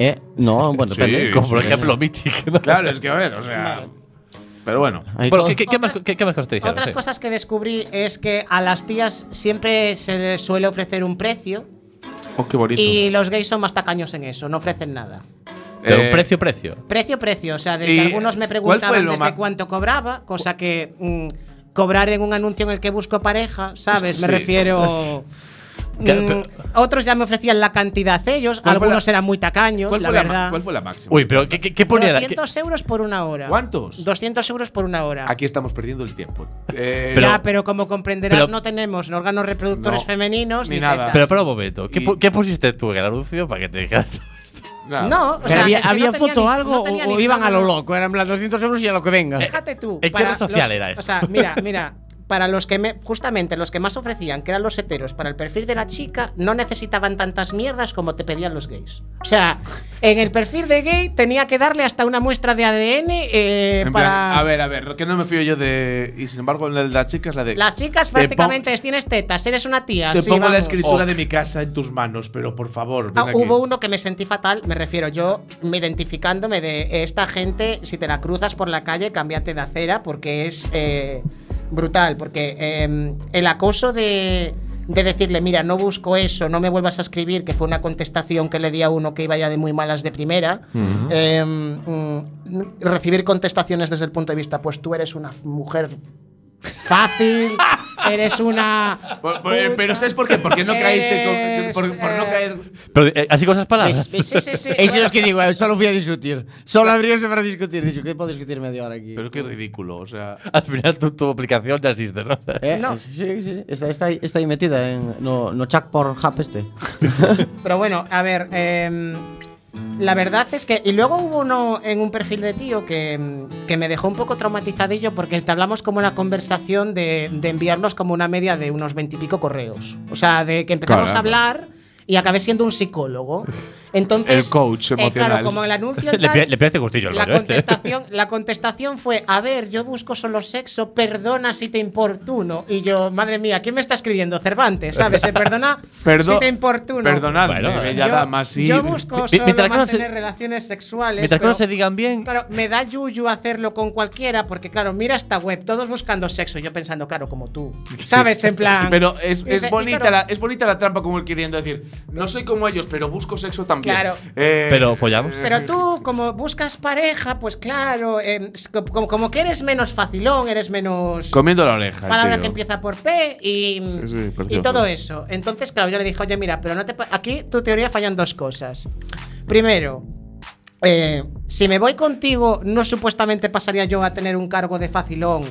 S5: Eh, no, bueno,
S4: Sí,
S5: depende
S3: Como por
S4: sí,
S3: ejemplo Mythic. ¿no?
S4: Claro, es que a ver, o sea. Pero bueno.
S5: Ahí
S3: Bueno, ¿qué,
S5: todo.
S3: qué- qué más,
S8: Otras-
S3: qué, qué más cosas te dijeron?
S8: Otras
S3: Sí.
S8: cosas que descubrí es que a las tías siempre se les suele ofrecer un precio
S4: Oh, qué bonito.
S8: y los gays son más tacaños en eso, no ofrecen nada.
S3: Pero
S4: Eh,
S3: un precio, precio.
S8: Precio, precio. O sea, de
S4: Y,
S8: que algunos
S4: ¿cuál fue
S8: me preguntaban
S4: lo
S8: desde
S4: ma-
S8: cuánto cobraba, cosa que mm, cobrar en un anuncio en el que busco pareja, ¿sabes? Me
S4: Sí.
S8: refiero. mm,
S3: Claro, pero-
S8: otros ya me ofrecían la cantidad ellos,
S4: ¿Cuál fue
S8: algunos
S4: la-
S8: eran muy tacaños,
S4: ¿Cuál
S8: la
S4: fue la, ma-
S8: verdad.
S4: cuál fue la máxima?
S3: Uy, pero ¿qué, qué, qué ponía la.? qué-
S8: 200 euros por una hora.
S4: ¿Cuántos?
S8: 200 euros por una hora.
S4: Aquí estamos perdiendo el tiempo. Eh,
S8: ya, pero como comprenderás,
S3: pero-
S8: no tenemos órganos reproductores
S4: No,
S8: femeninos
S4: ni
S8: ni,
S4: nada.
S8: nada.
S3: Pero para un momento, ¿qué,
S4: Y-
S3: pu- qué pusiste tú en el anuncio para que te dijeran?
S4: nada.
S8: No, o
S5: Pero
S8: sea,
S5: había,
S8: es que no
S5: había
S8: tenía
S5: foto
S8: ni-
S5: o
S8: no
S5: algo
S8: tenía
S5: o,
S8: ni
S5: iban a
S8: nada.
S5: lo loco, eran en plan 200 euros y a lo que venga.
S8: Déjate tú.
S3: Eh, ¿En qué
S8: para
S3: red social
S8: los-
S3: era esto?
S8: O sea, mira, mira. Para los que me, justamente los que más ofrecían, que eran los heteros, para el perfil de la chica, no necesitaban tantas mierdas como te pedían los gays. O sea, en el perfil de gay tenía que darle hasta una muestra de ADN eh,
S4: En plan,
S8: para.
S4: a ver, a ver, que no me fío yo de. Y sin embargo, la de las chicas, la de.
S8: Las chicas
S4: Te
S8: prácticamente
S4: pon-
S8: es, tienes tetas, eres una tía.
S4: Te
S8: sí,
S4: pongo la
S8: vamos".
S4: escritura de mi casa en tus manos, pero por favor.
S8: Ah,
S4: ven aquí.
S8: hubo uno que me sentí fatal, me refiero yo, me identificándome de "Eh, esta gente, si te la cruzas por la calle, cámbiate de acera porque es eh, brutal, porque eh, el em, acoso de de decirle, mira, no busco eso, no me vuelvas a escribir, que fue una contestación que le di a uno que iba ya de muy malas de primera, eh, mm, recibir contestaciones desde el punto de vista, pues tú eres una mujer fácil, eres una...
S4: Por- por- Pues, pero ¿sabes por qué? Porque no caíste. con- por, por no
S8: eh,
S4: caer.
S3: Pero, eh, así con esas palabras.
S8: Sí, sí, sí, sí.
S5: Eso es que digo, eu solo fui a discutir. Solo abríose para discutir. Dixo, que podo discutir media hora aquí?
S4: Pero qué ridículo, o sea.
S3: Al final tu, tu aplicación ya existe, ¿no?
S5: Eh,
S8: No.
S5: Sí, sí, sí. Está, está, aí, está aí metida en, no, no chat por hub este.
S8: Pero bueno, a ver, em, la verdad es que. Y luego hubo uno en un perfil de tío que, em, que me dejó un poco traumatizadillo porque entablamos como una conversación de, de enviarnos como una media de unos veintipico correos. O sea, de que empezamos
S4: Caramba.
S8: a hablar y acabé siendo un psicólogo. Entonces. eh,
S4: El coach emocional.
S8: claro, como el anuncio. y
S3: le,
S8: tal,
S3: pe- le pegaste gustillo al
S8: la
S3: rollo
S4: ¿eh?
S3: este.
S8: contestación, la contestación fue, a ver, yo busco solo sexo, perdona si te importuno. Y yo, madre mía, ¿quién me está escribiendo? Cervantes, ¿sabes? Se perdona
S4: Perdo-
S8: si te importuno.
S4: Perdonadme,
S3: Bueno,
S4: bella
S8: yo,
S4: dama, sí.
S8: yo busco
S3: Mi-
S8: solo
S3: mientras que no se-
S8: mantener relaciones sexuales.
S3: Mientras que
S8: pero-
S3: no se digan bien,
S8: Claro, me da yuyu hacerlo con cualquiera, porque claro, mira esta web, todos buscando sexo, yo pensando, claro, como tú. ¿Sabes? En plan.
S4: Pero es,
S8: Y-
S4: es
S8: y
S4: bonita
S8: claro,
S4: la, es bonita la trampa como él queriendo decir, no soy como ellos, pero busco sexo también.
S8: Claro.
S4: Eh,
S3: pero follamos.
S8: Pero tú, como buscas pareja, pues claro, em, s- co- como, como que eres menos facilón, eres menos.
S4: Comiendo la oreja. el
S8: palabra
S4: tío.
S8: que empieza por P y,
S4: Sí, sí,
S8: y
S4: precioso.
S8: todo eso. Entonces, claro, yo le dije, oye, mira, pero no te pa- aquí tu teoría fallan dos cosas. Primero, eh, si me voy contigo, no supuestamente pasaría yo a tener un cargo de facilón.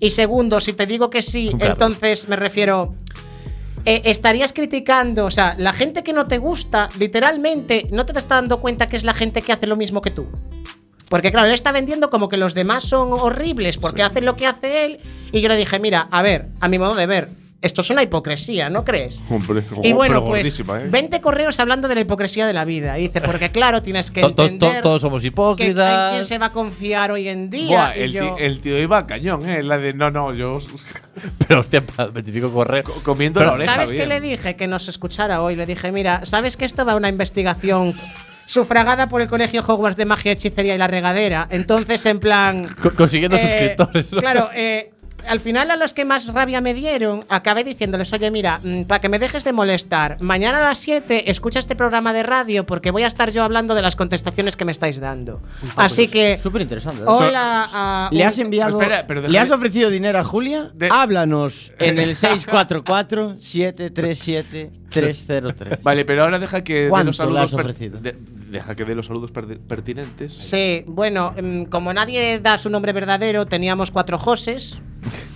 S8: Y segundo, si te digo que sí,
S3: Claro.
S8: entonces me refiero... eh, estarías criticando, o sea, la gente que no te gusta, literalmente, no te está dando cuenta que es la gente que hace lo mismo que tú. Porque claro, él está vendiendo como que los demás son horribles porque hacen lo que hace él. Y yo le dije, mira, a ver, a mi modo de ver, esto es una hipocresía, ¿no crees?
S4: Hombre,
S8: Y
S4: joder,
S8: bueno,
S4: pero
S8: pues
S4: gordísima, ¿eh?
S8: 20 correos hablando de la hipocresía de la vida. Y dice, porque claro, tienes que
S3: To- to- to-
S8: entender
S3: todos somos
S8: que hay quién
S3: hipócritas.
S8: se va a confiar hoy en día.
S4: Buah,
S8: Y
S4: el,
S8: yo-
S4: tío, el tío iba a cañón, ¿eh? La de no, no, yo
S3: Pero hostia, pa- me típico correo.
S4: co- comiendo
S3: Pero,
S4: la oreja.
S8: ¿Sabes
S4: bien.
S8: qué le dije? Que nos escuchara hoy. Le dije, mira, ¿sabes que esto va a una investigación sufragada por el Colegio Hogwarts de Magia, Hechicería y la Regadera? Entonces, en plan...
S3: Co- Consiguiendo
S8: Eh,
S3: suscriptores. ¿no?
S8: Claro, eh, al final a los que más rabia me dieron, acabé diciéndoles, oye, mira, para que me dejes de molestar, mañana a las 7 escucha este programa de radio porque voy a estar yo hablando de las contestaciones que me estáis dando.
S3: pues,
S8: Así que,
S5: Súper interesante.
S8: hola a...
S5: ¿eh? Le
S8: un-
S5: has enviado.
S4: Espera, pero
S5: ¿Le
S4: déjame-
S5: has ofrecido dinero a Julia?
S4: De-
S5: Háblanos en el 644-737-303.
S4: Vale, pero ahora deja que dé
S5: ¿Cuánto
S4: los
S5: le
S4: saludos
S5: has
S4: per-
S5: ofrecido?
S4: de- deja que dé los saludos per- pertinentes.
S8: Sí, bueno, mm, como nadie da su nombre verdadero, teníamos cuatro Joses.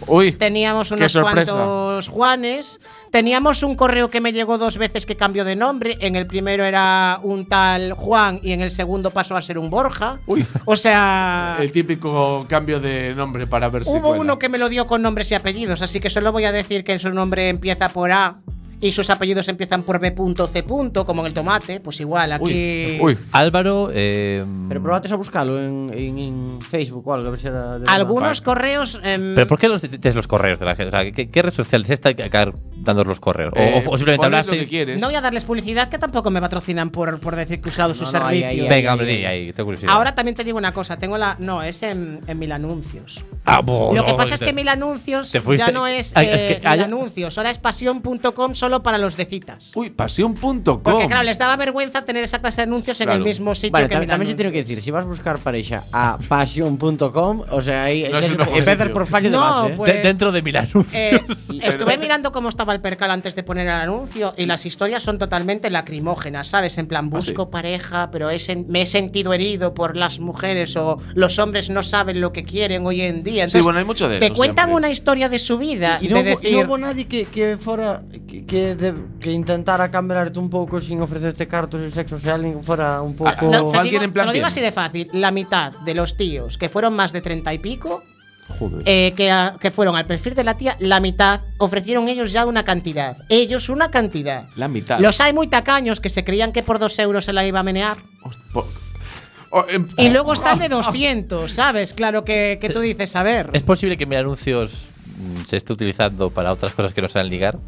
S4: Uy,
S8: Teníamos
S4: Qué
S8: unos
S4: sorpresa.
S8: cuantos Juanes. Teníamos un correo que me llegó dos veces que cambió de nombre. En el primero era un tal Juan y en el segundo pasó a ser un Borja. O sea,
S4: el típico cambio de nombre para ver si
S8: hubo
S4: cuela.
S8: uno que me lo dio con nombres y apellidos, así que solo voy a decir que su nombre empieza por A y sus apellidos empiezan por B.C. como en el tomate. Pues igual, aquí.
S4: Uy, uy.
S3: Álvaro. Eh,
S5: Pero probates a buscalo en, en, en Facebook o algo, a ver si era. de
S8: Algunos
S4: Vale.
S8: correos. em,
S3: ¿Pero por qué los, tienes los correos de la gente? O sea, ¿qué, qué red social es esta que acaba dándonos los correos? O,
S4: Eh,
S3: o- o simplemente
S4: ponles lo
S3: hablaste.
S4: que quieres.
S8: no voy a darles publicidad que tampoco me patrocinan por, por decir que he usado sus
S5: No, no, ahí, ahí,
S8: servicios.
S5: ahí.
S3: Venga, hombre, di ahí, tengo curiosidad.
S8: Ahora también te digo una cosa, tengo la. No, es en, en Mil Anuncios.
S3: Ah, bo-
S8: Lo que
S3: no,
S8: pasa es
S3: te-
S8: que Mil Anuncios
S3: te fuiste-
S8: ya no es,
S3: Ay, es
S8: eh,
S3: que haya-
S8: Mil Anuncios, ahora es pasión.com solo para los de citas.
S4: Uy, pasión.com.
S8: Porque, claro, les daba vergüenza tener esa clase de anuncios en
S4: Claro.
S8: el mismo sitio
S5: Vale,
S8: que
S5: tam-
S8: Mil
S5: también se tiene
S8: Anuncios.
S5: que decir, si vas a buscar pareja a pasión.com, o sea, ahí
S4: No es el mejor
S5: empezas
S4: sitio.
S5: por fallo de
S8: No,
S5: base. ¿eh?
S8: pues-
S3: de- dentro de mil anuncios.
S8: Eh, estuve mirando cómo estaba el percal antes de poner el anuncio y las historias son totalmente lacrimógenas, ¿sabes? En
S4: Ah,
S8: plan, busco pareja, pero he sen- me he sentido herido por las mujeres o los hombres no saben lo que quieren hoy en día.
S4: Sí,
S8: Entonces,
S4: bueno, hay mucho de eso.
S8: te cuentan
S4: siempre.
S8: una historia de su vida
S5: E non, hubo, e
S8: de
S5: non
S8: decir,
S5: hubo nadie que, que fora que, que, de, que intentara cambiarte un pouco sin ofrecerte cartos e sexo social nin fora un pouco
S8: No, te,
S4: Alguien
S8: digo-
S4: en plan
S8: te lo digo
S4: bien.
S8: así de fácil. La mitad de los tíos que fueron más de treinta y pico,
S4: Joder.
S8: eh, que, a- que fueron al perfil de la tía, la mitad ofrecieron ellos ya una cantidad. Ellos una cantidad.
S4: La mitad.
S8: Los hay muy tacaños que se creían que por dos euros se la iba a menear.
S4: Host- po- Oh, em-
S8: Y luego están de 200, ¿sabes? Claro que, que tú dices, a ver.
S3: ¿Es
S8: Eh,
S3: posible que mil anuncios mm, se esté utilizando para otras cosas que no sean ligar?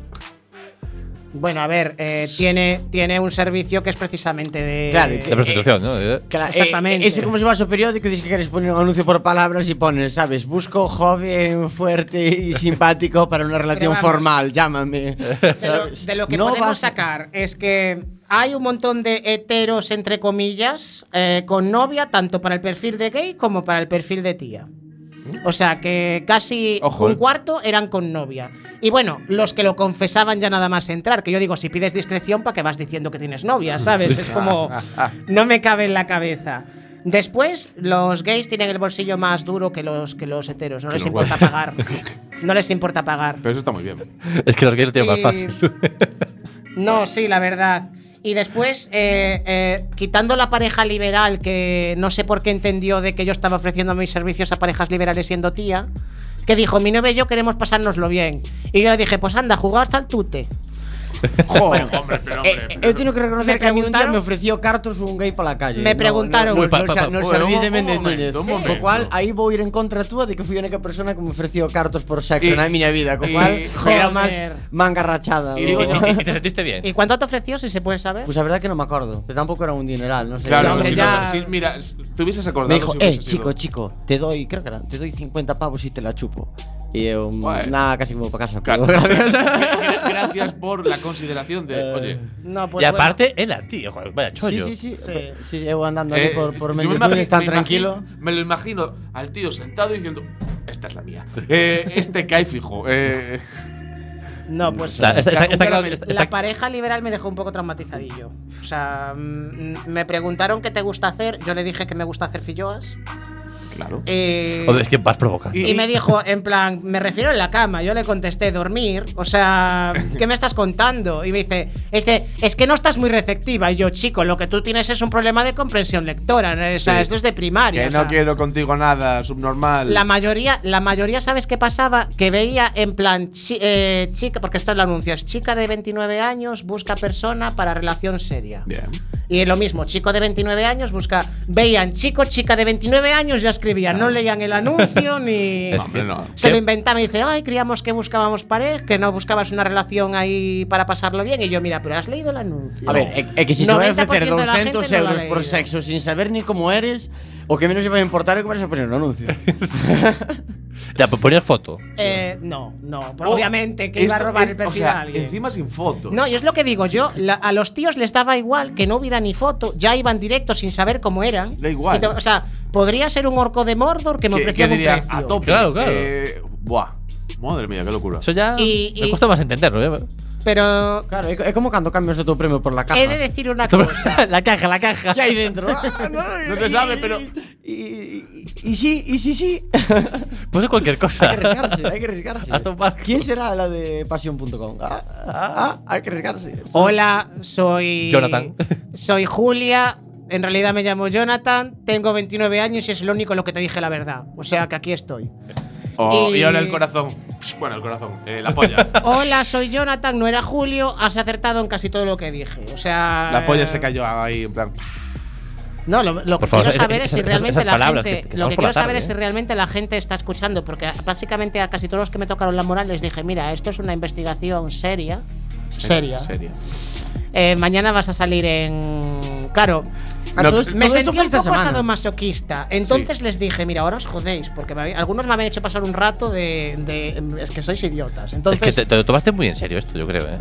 S8: Bueno, a ver, eh, tiene, tiene un servicio que es precisamente de.
S5: Claro, y
S3: De prostitución, ¿no? Eh,
S5: Claro,
S8: Exactamente.
S5: eh, es como si vas a un periódico y dices que quieres poner un anuncio por palabras y pones, ¿sabes? Busco joven, fuerte y simpático para una relación
S8: vamos.
S5: formal, llámame.
S8: De lo,
S5: ¿Sabes?
S8: de lo que
S5: No
S8: podemos
S5: vas-
S8: sacar es que hay un montón de heteros, entre comillas, eh, con novia, tanto para el perfil de gay como para el perfil de tía. O sea que casi
S4: Ojo, eh.
S8: un cuarto eran con novia. Y bueno, los que lo confesaban ya nada más entrar, que yo digo, si pides discreción, ¿para qué vas diciendo que tienes novia? ¿Sabes? Es como, no me cabe en la cabeza. Después, los gays tienen el bolsillo más duro que los, que los heteros, no les
S4: los
S8: importa
S4: guapos.
S8: pagar. No les importa pagar.
S4: Pero eso está muy bien.
S3: Es que los gays lo tienen más
S8: Y-
S3: fácil.
S8: Em, No, sí, la verdad. Y después, eh, eh, quitando la pareja liberal, que no sé por qué entendió de que yo estaba ofreciendo mis servicios a parejas liberales siendo tía, que dijo, mi novia y yo queremos pasárnoslo bien. Y yo le dije, pues anda, jugar al tute.
S5: Eh, eh, yo tengo que reconocer
S8: Me
S5: que a mí un día
S8: preguntaron-
S5: me ofreció cartos un gay para la calle.
S8: Me preguntaron. Uy,
S5: No,
S8: pa-
S5: no, no,
S3: pa- pa-
S5: no,
S4: uy,
S5: servís
S4: un-
S5: de
S4: un
S5: Méndez
S4: momento,
S5: Núñez.
S4: un
S5: Con
S4: momento.
S5: lo cual, ahí vou ir en contra túa de que fui a única persona que me ofreció cartos por sexo
S4: Y-
S5: na miña vida. Con
S4: y-
S5: cual,
S8: joder.
S5: era más manga rachada.
S4: Y
S5: do-
S4: digo yo-
S3: Y- y- y te sentiste bien.
S8: ¿Y cuánto te ofreció, si se puede saber?
S5: Pues a verdad que no me acuerdo, pero tampoco era un dineral, no sé.
S4: Claro,
S8: hombre,
S4: si,
S8: ya-
S4: no, si- mira, si te hubieses acordado.
S5: Me dijo,
S4: si hubiese
S5: eh,
S4: sido-
S5: chico, chico, te doy, creo que era, te doy 50 pavos y te la chupo. Y yo, mm,
S4: Bueno.
S5: nada, casi como para casa.
S4: Claro.
S5: pero
S4: Gra- Gracias por la consideración de. Oye.
S8: No, pues
S3: y
S8: bueno.
S3: aparte, era, tío, joder, vaya
S5: sí,
S3: chollo.
S5: sí, sí,
S8: Sí.
S5: sí. Sí, eu andando
S4: eh,
S5: ahí por, por
S4: yo
S5: Méndez
S4: imagi-
S5: Núñez tan
S4: me imagino-
S5: tranquilo.
S4: me lo imagino al tío sentado diciendo: Esta es la mía. Eh, este que hay fijo. Eh,
S8: No, pues...
S3: O sea, está, está-
S4: Un
S3: está claro,
S4: caramelo.
S3: está-
S8: La
S3: está-
S8: pareja liberal me dejó un poco traumatizadillo. O sea, mm, me preguntaron qué te gusta hacer. Yo le dije que me gusta hacer filloas.
S4: claro.
S8: Eh,
S3: Joder, es que vas provocando.
S8: Y me dijo, en plan, me refiero en la cama. Yo le contesté, dormir. O sea, ¿qué me estás contando? Y me dice, este, es que no estás muy receptiva. Y yo, chico, lo que tú tienes es un problema de comprensión lectora. ¿no? O sea,
S4: Sí.
S8: esto es de primaria.
S4: Que
S8: o sea.
S4: no quiero contigo nada subnormal.
S8: La mayoría, la mayoría, ¿sabes qué pasaba? Que veía en plan, chi- eh, chica, porque esto es el anuncio, es chica de 29 años busca persona para relación seria.
S4: Bien.
S8: Y es lo mismo, chico de 29 años busca, veían chico, chica de 29 años, ya escribían, no leían el anuncio ni...
S3: Es
S4: Hombre, no.
S8: Se lo
S3: ¿Qué?
S8: inventaba y dice, ay, creíamos que buscábamos pareja, que no buscabas una relación ahí para pasarlo bien. Y yo, mira, pero has leído el anuncio.
S5: A ver,
S4: eh,
S5: é, é que se te vai a
S8: 90%
S5: ofrecer
S8: de la gente
S5: 200
S8: no lo ha
S5: euros por
S8: leído.
S5: sexo sin saber ni como eres, o que menos se vai a importar é que vas a poner un anuncio.
S3: Ya, pues ponías foto.
S8: Eh, no, no, pero
S4: Oh,
S8: obviamente que iba a
S4: esto-
S8: robar el
S4: eh,
S8: perfil
S4: o sea,
S8: a alguien.
S4: Encima sin foto.
S8: No, y es lo que digo yo, la- a los tíos les daba igual que no hubiera ni foto, ya iban directos sin saber cómo eran.
S4: Da igual.
S8: Y to- O sea, podría ser un orco de Mordor que me
S4: Que-
S8: ofrecía
S4: que
S8: un
S4: diría,
S8: precio.
S4: a tope.
S3: Claro, claro.
S4: Eh, buah. Madre mía, qué locura.
S3: Eso ya
S8: Y-
S3: me
S8: y-
S3: cuesta más entenderlo, ¿eh?
S8: Pero
S5: Claro, é, co- é como cando cambias o teu premio por la caja.
S8: he de decir una cosa.
S3: la caja, la caja.
S5: Que hai dentro? Ah, no,
S4: No se sabe, pero-
S5: Y, y, y sí, y sí, sí.
S3: Pues cualquier cosa.
S5: hay que arriesgarse, hay que arriesgarse.
S3: Hasta un barco.
S5: ¿Quién será la de pasión.com? Ah, ah, hay que arriesgarse.
S8: Hola, soy
S3: Jonathan.
S8: Soy Julia. En realidad me llamo Jonathan, tengo 29 años y es lo único en lo que te dije la verdad. O sea que aquí estoy.
S4: Oh, y...
S8: Y-
S4: ahora el corazón. Bueno, el corazón. Eh, la polla.
S8: Hola, soy Jonathan, no era Julio, has acertado en casi todo lo que dije. O sea.
S4: la polla se cayó ahí en plan.
S8: No, lo, lo que
S3: Por favor,
S8: quiero
S3: esas-
S8: saber es si
S3: esas-
S8: realmente
S3: esas
S8: la
S3: palabras
S8: gente.
S3: que- que
S8: lo
S3: son
S8: que
S3: por la
S8: quiero saber
S3: tarde,
S8: es si
S3: ¿eh?
S8: realmente la gente está escuchando, porque a- básicamente a casi todos los que me tocaron la moral les dije, mira, esto es una investigación seria. Seria.
S4: Seria.
S8: Eh, mañana vas a salir en. Claro.
S5: Ah,
S4: No,
S5: todo esto-
S8: Me
S5: todo esto
S8: sentí
S5: fue
S8: un
S5: esta
S8: poco
S5: semana.
S8: masoquista. Entonces les dije, mira, ahora os jodéis, porque me habéis- algunos me habían hecho pasar un rato de, de- Es que sois idiotas.
S3: Es que
S8: Entonces.
S3: te, te lo tomaste muy en serio esto, yo creo, ¿eh?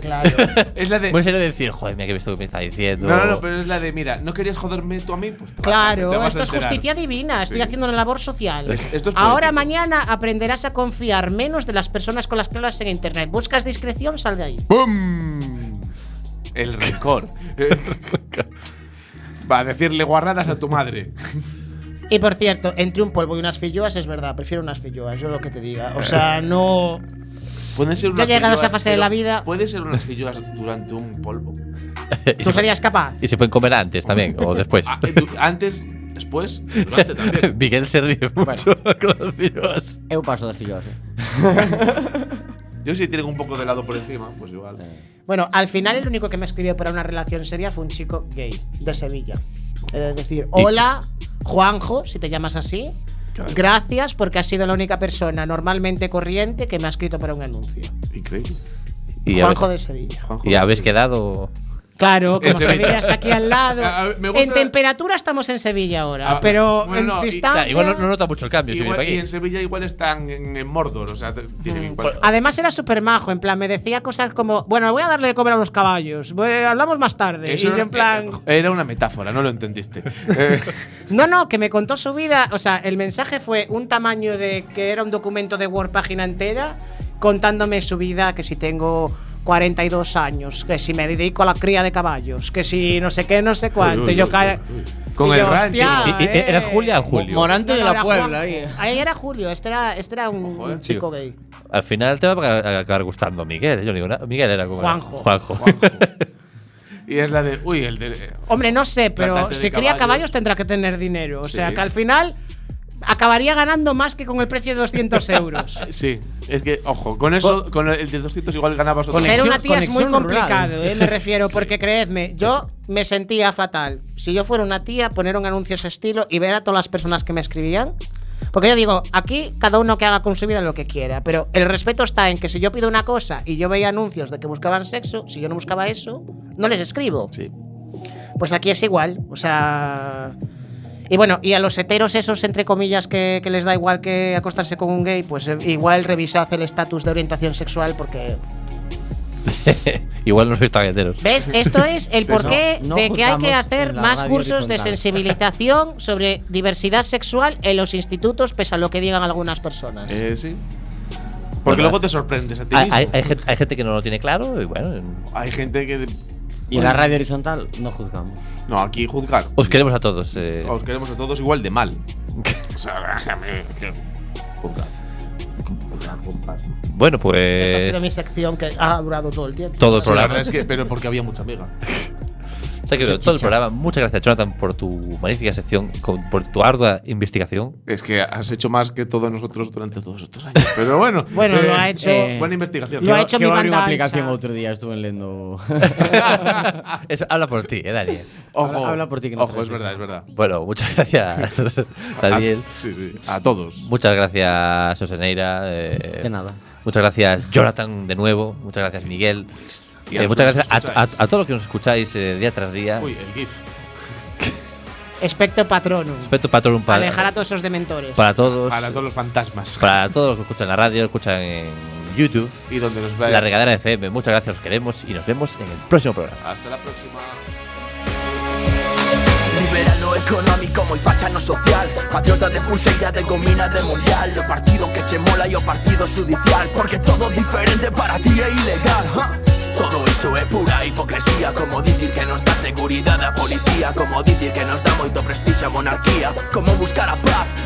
S8: claro.
S4: Es la de.
S3: Muy en serio de decir, joder, mira que he visto que me está diciendo.
S4: no, no, no, pero es la de, mira, ¿no querías joderme tú a mí? Pues te vas a- te
S8: Claro,
S4: vas a
S8: esto es
S4: enterar.
S8: justicia divina, estoy
S4: Sí.
S8: haciendo una labor social.
S4: Es- esto es
S8: Ahora
S4: poético.
S8: mañana aprenderás a confiar menos de las personas con las que hablas en internet. Buscas discreción, sal de ahí.
S4: ¡Bum! El rencor. Va a decirle guarradas a tu madre.
S8: Y por cierto, entre un polvo y unas filloas es verdad, prefiero unas filloas, yo lo que te diga. O sea, no...
S4: Pueden ser unas
S8: he llegado a esa
S4: filloas,
S8: fase de
S4: pero
S8: la vida.
S4: Puede ser unas filloas durante un polvo.
S3: Y
S8: ¿Tú
S3: se-
S8: serías capaz?
S3: Y se pueden comer antes también, o después.
S4: Ah, eh, du- antes, después, durante también.
S3: Miguel se ríe mucho con los videos.
S5: Eu paso das filloas. eh.
S4: Yo si tienen un poco de lado por encima, pues igual.
S8: Bueno, al final el único que me escribió para una relación seria fue un chico gay de Sevilla. Es decir, hola, Juanjo, si te llamas así. Gracias porque has sido la única persona normalmente corriente que me ha escrito para un anuncio.
S4: Increíble.
S3: Y habéis-
S6: Juanjo de Sevilla.
S3: y habéis quedado.
S8: Claro, como
S4: Ese-
S8: Sevilla está aquí al lado.
S4: A- a- me gusta-
S8: En temperatura estamos en Sevilla ahora,
S4: Ah,
S8: pero
S4: bueno, no,
S8: en
S4: y-
S8: distancia.
S3: igual no, no nota mucho el cambio. si viene
S4: Igual-
S3: para
S4: y
S3: aquí.
S4: en Sevilla igual están en, en Mordor, o sea, te- tienen igual-
S8: Además era súper majo, en plan, me decía cosas como, bueno, voy a darle de comer a los caballos, voy- hablamos más tarde.
S4: Eso
S8: y yo en plan,
S4: era una metáfora, no lo entendiste. Eh,
S8: no, no, que me contó su vida, o sea, el mensaje fue un tamaño de que era un documento de Word página entera, contándome su vida, que si tengo 42 años, que si me dedico a la cría de caballos, que si no sé qué, no sé cuánto. y yo ca-
S4: Con
S8: y
S4: el
S8: yo,
S4: rancho.
S8: "Hostia,
S3: ¿Y- y-
S8: eh".
S3: ¿Era Julia o Julio?
S5: Morante
S8: No, no,
S5: de la
S8: era
S5: Puebla.
S8: Juanjo.
S5: Ahí. ¿eh?
S8: Ahí era Julio, este era, este era un
S4: Joder.
S8: chico gay.
S3: Al final te va a acabar- a acabar gustando Miguel. ¿eh? Yo no digo nada. Miguel era como.
S8: Juanjo.
S3: Juanjo.
S4: y es la de, uy, el de.
S8: Hombre, no sé, pero
S4: Cantante de
S8: si cría
S4: caballos.
S8: caballos tendrá que tener dinero. O sea,
S4: Sí.
S8: que al final acabaría ganando más que con el precio de 200 euros.
S4: Sí, es que, ojo, con eso, con el de 200 igual ganabas otro.
S8: Pues Ser
S5: Conexión-
S8: una tía es muy
S5: conexión rural.
S8: complicado, eh, me refiero, porque creedme, yo me sentía fatal. Si yo fuera una tía, poner un anuncio ese estilo y ver a todas las personas que me escribían. Porque yo digo, aquí cada uno que haga con su vida lo que quiera, pero el respeto está en que si yo pido una cosa y yo veía anuncios de que buscaban sexo, si yo no buscaba eso, no les escribo.
S4: Sí.
S8: Pues aquí es igual, o sea... Y bueno, y a los heteros esos, entre comillas, que, que les da igual que acostarse con un gay, pues eh, igual revisad el estatus de orientación sexual porque
S3: Igual no sois tagueteros.
S8: ¿Ves? Esto es el
S4: Pues
S8: porqué
S5: no, no
S8: de que hay que
S5: juzgamos
S8: hacer
S5: en la
S8: más
S5: radio
S8: cursos de
S5: horizontal.
S8: sensibilización sobre diversidad sexual en los institutos, pese a lo que digan algunas personas.
S4: Eh, sí. Porque
S3: Bueno,
S4: luego te sorprendes a ti
S3: Hay,
S4: mismo.
S3: hay- hay gente, hay gente que no lo tiene claro y bueno.
S4: Hay gente que.
S5: Y la radio horizontal no juzgamos.
S4: No, aquí juzgar.
S3: Os queremos a todos. eh.
S4: Os queremos a todos igual de mal. o sea, que- juzgar. Juzgar con paz.
S3: Bueno,
S6: Esta ha sido
S3: pues.
S6: mi sección que ha durado todo el tiempo.
S3: Todo el
S4: Sí, la
S3: programa.
S4: verdad es que, pero porque había mucha amiga.
S3: O sea, que todo el programa. Muchas gracias, Jonathan, por tu magnífica sección, con- por tu ardua investigación.
S4: Es que has hecho más que todos nosotros durante todos estos años. Pero bueno. eh,
S8: Bueno, lo ha hecho-
S4: buena investigación.
S8: lo ha
S5: Yo-
S8: hecho
S5: yo
S8: mi
S5: abrí
S8: banda
S5: una aplicación
S8: ancha.
S5: otro día, estuve leyendo.
S3: Eso, habla por ti, eh, Daniel.
S4: Ojo,
S5: Habla- habla por ti que no
S4: ojo,
S5: te
S4: es verdad, es verdad.
S3: Bueno, muchas gracias, Daniel.
S4: A, sí, sí, a todos.
S3: Muchas gracias, Soseneira. eh,
S5: De nada.
S3: Muchas gracias, Jonathan, de nuevo. Muchas gracias, Miguel.
S4: Y
S3: Eh,
S4: a los
S3: muchas
S4: que
S3: gracias
S4: nos
S3: a,
S4: escucháis.
S3: a- a todos los que nos escucháis eh, día tras día.
S4: Uy, el GIF.
S8: Expecto patronum.
S3: Respeto Patronum para,
S8: Alejar a todos esos dementores.
S3: para todos.
S4: Para todos los fantasmas.
S3: para todos los que escuchan la radio, escuchan en YouTube.
S4: Y donde nos
S3: La
S4: veáis.
S3: Regadera FM. Muchas gracias, os queremos y nos vemos en el próximo programa.
S4: Hasta la próxima.
S10: Liberalo económico, moi fachano social Patriota de pulseira de gomina de mundial O partido que che mola e o partido judicial Porque todo diferente para ti é ilegal ja. Todo iso é pura hipocresía Como dicir que nos dá seguridade a policía Como dicir que nos dá moito prestixo a monarquía Como buscar a paz